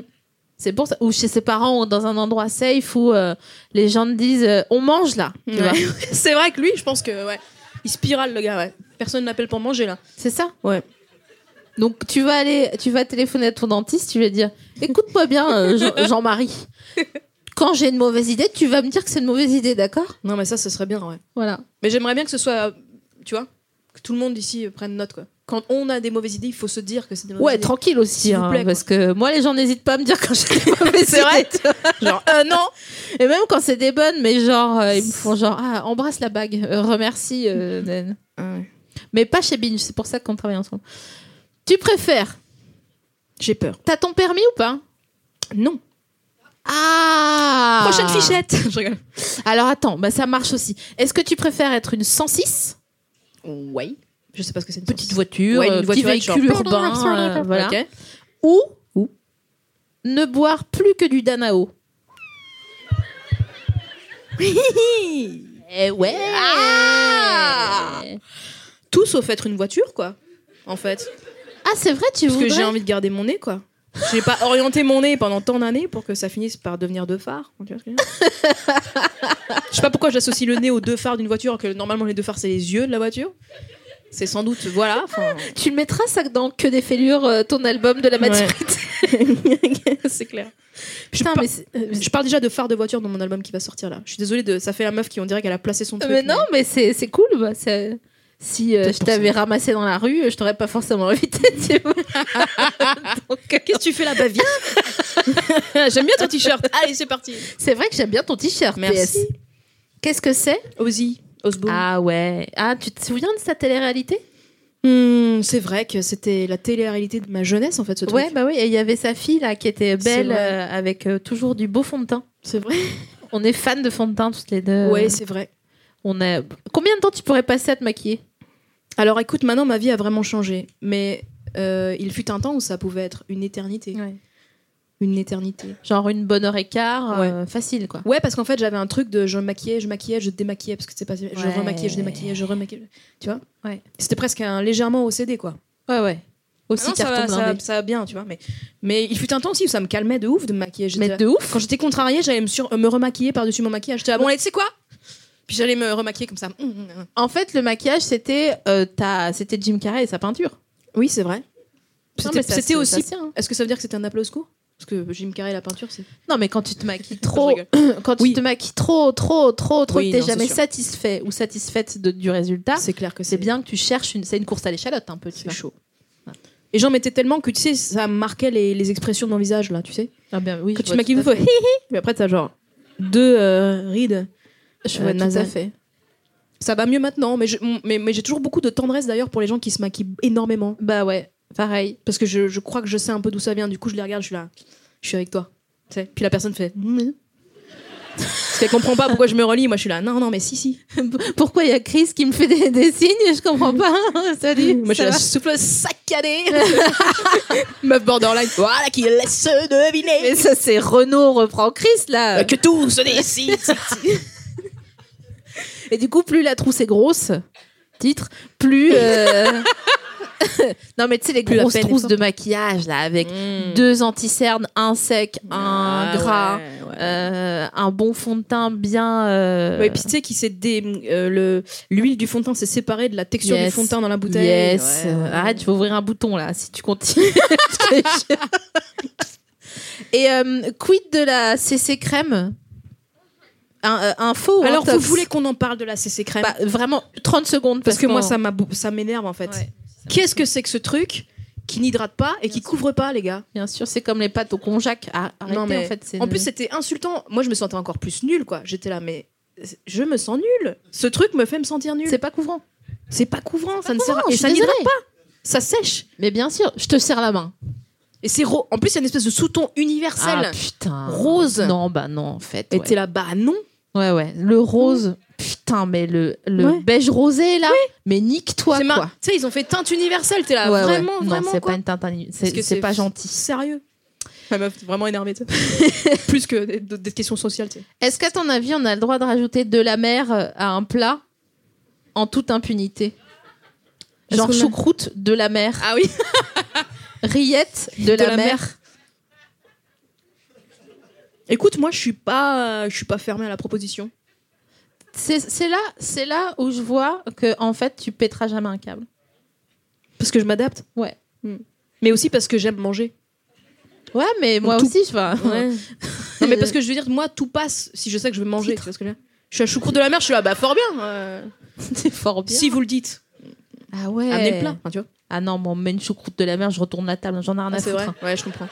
A: C'est pour ça. Ou chez ses parents, ou dans un endroit safe où euh, les gens te disent euh, on mange là. Tu vois.
B: Ouais. c'est vrai que lui, je pense que ouais, il spirale le gars. Ouais. Personne n'appelle pour manger là.
A: C'est ça
B: Ouais.
A: Donc tu vas aller, tu vas téléphoner à ton dentiste, tu vas dire, écoute-moi bien, euh, Jean- Jean-Marie. Quand j'ai une mauvaise idée, tu vas me dire que c'est une mauvaise idée, d'accord
B: Non, mais ça, ce serait bien, ouais.
A: Voilà.
B: Mais j'aimerais bien que ce soit, euh, tu vois, que tout le monde ici euh, prenne note, quoi. Quand on a des mauvaises idées, il faut se dire que c'est des mauvaises
A: Ouais,
B: idées.
A: tranquille aussi,
B: S'il vous
A: hein,
B: plaît,
A: parce que moi les gens n'hésitent pas à me dire quand j'ai des mauvaises
B: C'est vrai.
A: idées, tu vois.
B: Genre, euh, non
A: Et même quand c'est des bonnes, mais genre euh, ils me font genre ah embrasse la bague, euh, remercie. euh, nan. Mais pas chez Binge, c'est pour ça qu'on travaille ensemble. Tu préfères
B: J'ai peur.
A: T'as ton permis ou pas
B: Non.
A: Ah
B: Prochaine fichette Je rigole.
A: Alors attends, bah ça marche aussi. Est-ce que tu préfères être une 106
B: Ouais. Je sais pas ce que c'est une
A: Petite
B: sortie.
A: voiture,
B: Ouais, une
A: euh, petit
B: voiturette,
A: véhicule
B: genre.
A: urbain, euh, voilà.
B: Ok.
A: Ou, ou ne boire plus que du Danao Eh ouais
B: Ah Tout sauf être une voiture, quoi. En fait.
A: Ah, c'est vrai, tu
B: Parce que
A: voudrais
B: j'ai envie de garder mon nez, quoi. J'ai pas orienté mon nez pendant tant d'années pour que ça finisse par devenir deux phares. Tu vois ce que je veux dire Je sais pas pourquoi j'associe le nez aux deux phares d'une voiture, alors que normalement les deux phares c'est les yeux de la voiture. C'est sans doute, voilà. enfin,
A: Tu le mettras ça dans Que des fêlures, euh, ton album de la
B: Ouais.
A: maturité
B: c'est clair. Je,
A: Putain,
B: par-
A: mais c'est- euh,
B: je parle déjà de phares de voiture dans mon album qui va sortir là. Je suis désolée, de... ça fait la meuf qui on dirait qu'elle a placé son truc.
A: Mais non, mais c'est c'est cool. bah, c'est- Si euh,
B: Peut-être
A: je
B: pour
A: t'avais ramassé dans la rue, je t'aurais pas forcément invité. Tu vois Donc, euh,
B: Qu'est-ce que tu fais Bah, là-bas Viens J'aime bien ton t-shirt. Allez, c'est parti.
A: c'est vrai que j'aime bien ton t-shirt. PS.
B: Merci.
A: Qu'est-ce que c'est
B: Ozzy, Osbourne.
A: Ah ouais. Ah, tu te souviens de sa télé-réalité
B: Hmm, c'est vrai que c'était la télé-réalité de ma jeunesse en fait ce truc.
A: Ouais, bah oui. Et il y avait sa fille là qui était
B: C'est
A: belle,
B: vrai.
A: euh, avec euh, toujours du beau fond de teint.
B: c'est vrai.
A: On est fan de fond de teint toutes les deux.
B: Ouais, c'est vrai.
A: On a. Combien de temps tu pourrais passer à te maquiller
B: Alors écoute, maintenant ma vie a vraiment changé, mais euh, il fut un temps où ça pouvait être une éternité. Une éternité.
A: Genre une bonne heure et quart, euh, facile quoi.
B: Ouais, parce qu'en fait j'avais un truc de je maquillais, je maquillais, je démaquillais, parce que c'est pas. Je
A: Ouais.
B: remaquillais, je démaquillais, je remaquillais. Tu vois
A: Ouais.
B: C'était presque un légèrement OCD quoi.
A: Ouais, ouais. Aussi
B: Maintenant, Ah ça,
A: carton
B: va, ça,
A: blindé.
B: ça va bien, tu vois. Mais, mais il fut un temps aussi où ça me calmait de ouf de me maquiller. J'étais là-
A: Mais de ouf.
B: Quand j'étais contrariée, j'allais me, sur- euh, me remaquiller par-dessus mon maquillage. J'étais là, bon, allez, tu sais quoi Puis j'allais me remaquiller comme ça. Hum, hum, hum.
A: En fait, le maquillage, c'était euh, ta- c'était Jim Carrey et sa peinture.
B: Oui, c'est vrai.
A: Non,
B: C'était
A: mais ça
B: c'était
A: se-
B: aussi.
A: ça se tient, hein.
B: Est-ce que ça veut dire que c'était un applaudissement Parce que Jim Carrey, la peinture, c'est.
A: Non, mais quand tu te maquilles trop,
B: Je
A: quand tu
B: Oui.
A: te maquilles trop, trop, trop, trop,
B: Oui,
A: que t'es
B: non, c'est
A: jamais
B: sûr.
A: satisfait ou satisfaite de- du résultat,
B: C'est clair que Ah, c'est
A: c'est
B: bien.
A: bien que tu cherches une. C'est une course à l'échalote un peu, tu vois.
B: chaud. Et j'en mettais tellement que tu sais, ça marquait les, les expressions de mon visage là, tu sais.
A: Ah bien, oui,
B: Quand tu
A: vois
B: te maquilles, il
A: tout
B: faut
A: à
B: hi hi. Mais après, t'as genre deux euh, rides.
A: fait. Je
B: euh,
A: vois tout à
B: nasale.
A: fait.
B: Ça va mieux maintenant, mais je- mais, mais j'ai toujours beaucoup de tendresse d'ailleurs pour les gens qui se maquillent énormément.
A: Bah ouais, pareil.
B: Parce que je, je crois que je sais un peu d'où ça vient. Du coup, je les regarde, je suis là. Je suis avec toi. Tu sais. Puis la personne fait. Mhm. Parce qu'elle comprend pas pourquoi je me relis. Moi, je suis là. Non, non, mais si, si.
A: Pourquoi il y a Chris qui me fait des, des signes Je comprends pas. Salut.
B: Moi, je suis
A: ça
B: la
A: va
B: souffle saccadée. Meuf borderline. Voilà Ah, qui laisse se deviner.
A: Mais ça, c'est Renault reprend Chris là.
B: que tout se décide.
A: Et du coup, plus la trousse est grosse, titre, plus. euh, non, mais tu sais, les
B: Plus la
A: grosses
B: peine est
A: trousses
B: forte.
A: de maquillage, là, avec deux anticernes, un sec, un gras, euh, un bon fond de teint bien. euh,
B: Ouais, puis tu sais qu'il s'est dé- euh, le l'huile du fond de teint s'est séparée de la texture du
A: Yes.
B: fond de teint dans la bouteille.
A: Yes. Euh,
B: Ouais, ouais, ouais.
A: Arrête, tu vas ouvrir un bouton, là, si tu continues. Je te jure. Et euh, quid de la CC crème un, euh, un faux ou un
B: Alors vous
A: tox
B: voulez qu'on en parle de la CC crème
A: Bah, Vraiment, 30 secondes.
B: Parce que moi
A: qu'on-
B: ça m'a bou- ça m'énerve en fait.
A: Ouais.
B: Qu'est-ce que c'est que ce truc qui n'hydrate pas et qui couvre pas les gars
A: Bien sûr, c'est comme les pâtes au conjac. Ah, Arrêtez,
B: Non, mais-
A: en fait. c'est
B: En
A: une-
B: plus c'était insultant. Moi je me sentais encore plus nulle quoi. J'étais là mais je me sens nulle. Ce truc me fait me sentir nulle.
A: c'est pas couvrant.
B: C'est pas couvrant, ça ne
A: couvrant,
B: sert à...
A: je
B: et
A: suis
B: ça n'hydrate
A: désolée.
B: pas. Ça sèche.
A: Mais bien sûr, je te serre la main.
B: Et c'est ro- en plus il y a une espèce de sous-ton universel.
A: Ah putain.
B: Rose.
A: Non, bah non, en fait.
B: et
A: Ouais.
B: t'es là bah non.
A: ouais, ouais. Le rose. Putain, mais le, le
B: Ouais.
A: beige rosé, là. Mais nique-toi,
B: C'est
A: quoi.
B: mar- Tu sais ils ont fait teinte universelle, t'es là
A: Ouais, ouais.
B: vraiment
A: Non,
B: vraiment
A: c'est
B: quoi.
A: pas une teinte indigne. C'est-
B: Parce que
A: C'est pas gentil.
B: Sérieux. La meuf t'es vraiment énervée. tu sais. Plus que des, des questions sociales. tu sais.
A: Est-ce qu'à ton avis, on a le droit de rajouter de la mer euh, à un plat en toute impunité
B: Est-ce
A: Genre
B: qu'on a-
A: choucroute de la mer.
B: Ah oui.
A: Rillette de, la,
B: la
A: mer.
B: mer. Écoute moi je suis pas je suis pas fermée à la proposition.
A: C'est c'est là, c'est là où je vois que en fait, tu péteras jamais un câble.
B: Parce que je m'adapte. Hmm.
A: Ouais.
B: Mais aussi parce que j'aime manger.
A: Ouais, mais moi
B: Tout-
A: aussi, enfin.
B: non, mais parce que je veux dire, moi, tout passe si je sais que je vais manger. Tu vois ce que je veux dire Je suis à Choucroute de la mer, je suis là, bah fort bien. euh,
A: C'est fort bien.
B: Si vous le dites,
A: Ah ouais.
B: amenez le plat. Enfin, tu vois.
A: Ah non, mais on met une choucroute de la mer, je retourne la table, j'en ai rien à
B: Ah, c'est
A: foutre.
B: vrai. Ouais, je comprends.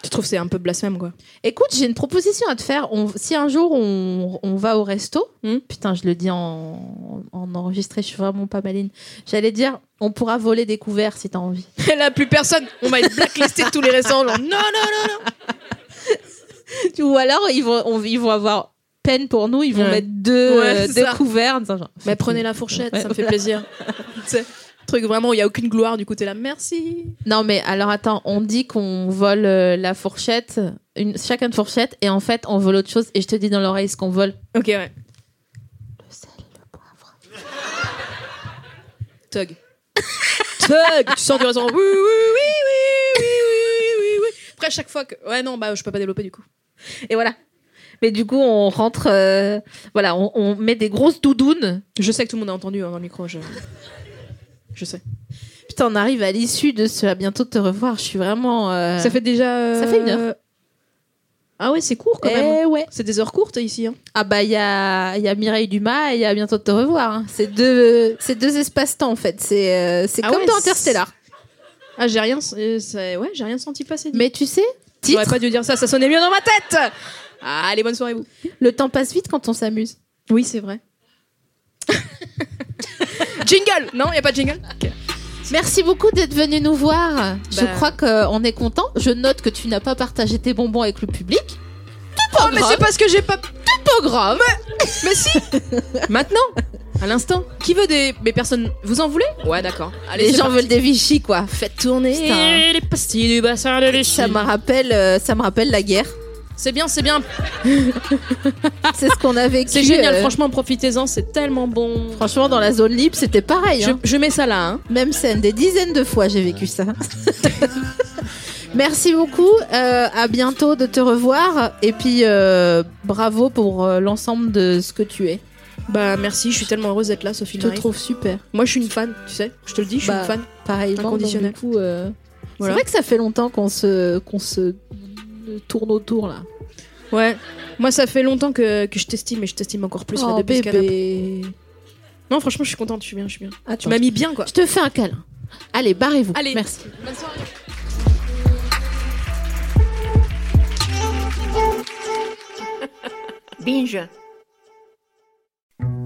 B: Tu trouves que c'est un peu blasphème, quoi.
A: Écoute, j'ai une proposition à te faire. On- si un jour on, on va au resto,
B: Hmm.
A: putain, je le dis en, en enregistré, je suis vraiment pas maline. J'allais dire, on pourra voler des couverts si t'as envie.
B: Et là, plus personne. On va être blacklisté de tous les restaurants. genre, non, non, non, non.
A: Ou alors, ils vont, on- ils vont avoir peine pour nous, ils vont
B: Ouais.
A: mettre deux,
B: Ouais,
A: euh,
B: c'est
A: deux
B: ça.
A: couverts. en disant genre,
B: Mais prenez la fourchette,
A: Ouais,
B: ça me fait plaisir. Tu sais, Truc vraiment, il n'y a aucune gloire, du coup, t'es là, merci.
A: Non, mais alors attends, on dit qu'on vole euh, la fourchette, une, chacun une fourchette, et en fait, on vole autre chose, et je te dis dans l'oreille ce qu'on vole.
B: Ok, ouais.
A: Le sel, le poivre.
B: Tug. Tug Tu sors du restaurant. Oui, oui, oui, oui, oui, oui, oui, oui. Après, chaque fois que. Ouais, non, bah, je peux pas développer, du coup.
A: Et voilà. Mais du coup, on rentre, euh, voilà, on, on met des grosses doudounes.
B: Je sais que tout le monde a entendu hein, dans le micro. Je, je sais.
A: Putain, on arrive à l'issue de ce à bientôt de te revoir. Je suis vraiment. euh,
B: Ça fait déjà. euh,
A: Ça fait une heure.
B: Ah ouais, c'est court quand
A: eh
B: même.
A: ouais.
B: C'est des heures courtes ici. Hein.
A: Ah bah, il y a, il y a Mireille Dumas et il y a à bientôt de te revoir. hein. C'est deux, c'est deux espaces-temps en fait. C'est euh, c'est
B: Ah
A: comme
B: ouais,
A: dans Interstellar.
B: Ah, j'ai rien, euh, c'est- ouais, j'ai rien senti passer.
A: Mais tu sais, titre,
B: J'aurais pas dû dire ça, ça sonnait mieux dans ma tête. Ah, allez, bonne soirée vous.
A: le temps passe vite quand on s'amuse.
B: Oui, c'est vrai. jingle Non, y a pas de jingle
A: Merci beaucoup d'être venu nous voir. Je
B: Bah.
A: crois qu'on est content. Je note que tu n'as pas partagé tes bonbons avec le public. C'est pas
B: Oh, mais
A: grave.
B: c'est parce que j'ai pas.
A: pas grave.
B: Mais si Maintenant À l'instant Qui veut des. Mais personne. Vous en voulez Ouais, d'accord. Allez,
A: Les
B: c'est
A: gens
B: parti.
A: veulent des Vichy, quoi. Faites tourner.
B: Et les pastilles du bassin de Vichy.
A: Ça me rappelle, euh, ça me rappelle la guerre.
B: C'est bien, c'est bien.
A: C'est ce qu'on a vécu.
B: C'est génial,
A: euh,
B: franchement, profitez-en, c'est tellement bon.
A: Franchement, dans la zone libre, c'était pareil.
B: Je,
A: hein.
B: je mets ça là. Hein.
A: Même scène, des dizaines de fois, j'ai vécu ça. Merci beaucoup. euh, à bientôt de te revoir. Et puis, euh, bravo pour euh, l'ensemble de ce que tu es.
B: Bah merci, je suis tellement heureuse d'être là, Sophie.
A: Je te
B: Marie.
A: trouve super.
B: Moi, je suis une fan, tu sais. Je te le dis, je suis
A: Bah,
B: une fan.
A: Pareil,
B: Inconditionnel.
A: Du coup, euh, C'est
B: Voilà.
A: vrai que ça fait longtemps qu'on se, qu'on se tourne autour là.
B: Ouais. Moi, ça fait longtemps que, que je t'estime et je t'estime encore plus là,
A: Oh,
B: depuis ce canapé.
A: bébé. Ah,
B: Non, franchement, je suis contente, je suis bien, je suis bien. Tu
A: Attends,
B: m'as mis bien, quoi.
A: je te fais un câlin. Allez, barrez-vous.
B: Allez.
A: Merci.
B: Bonne soirée.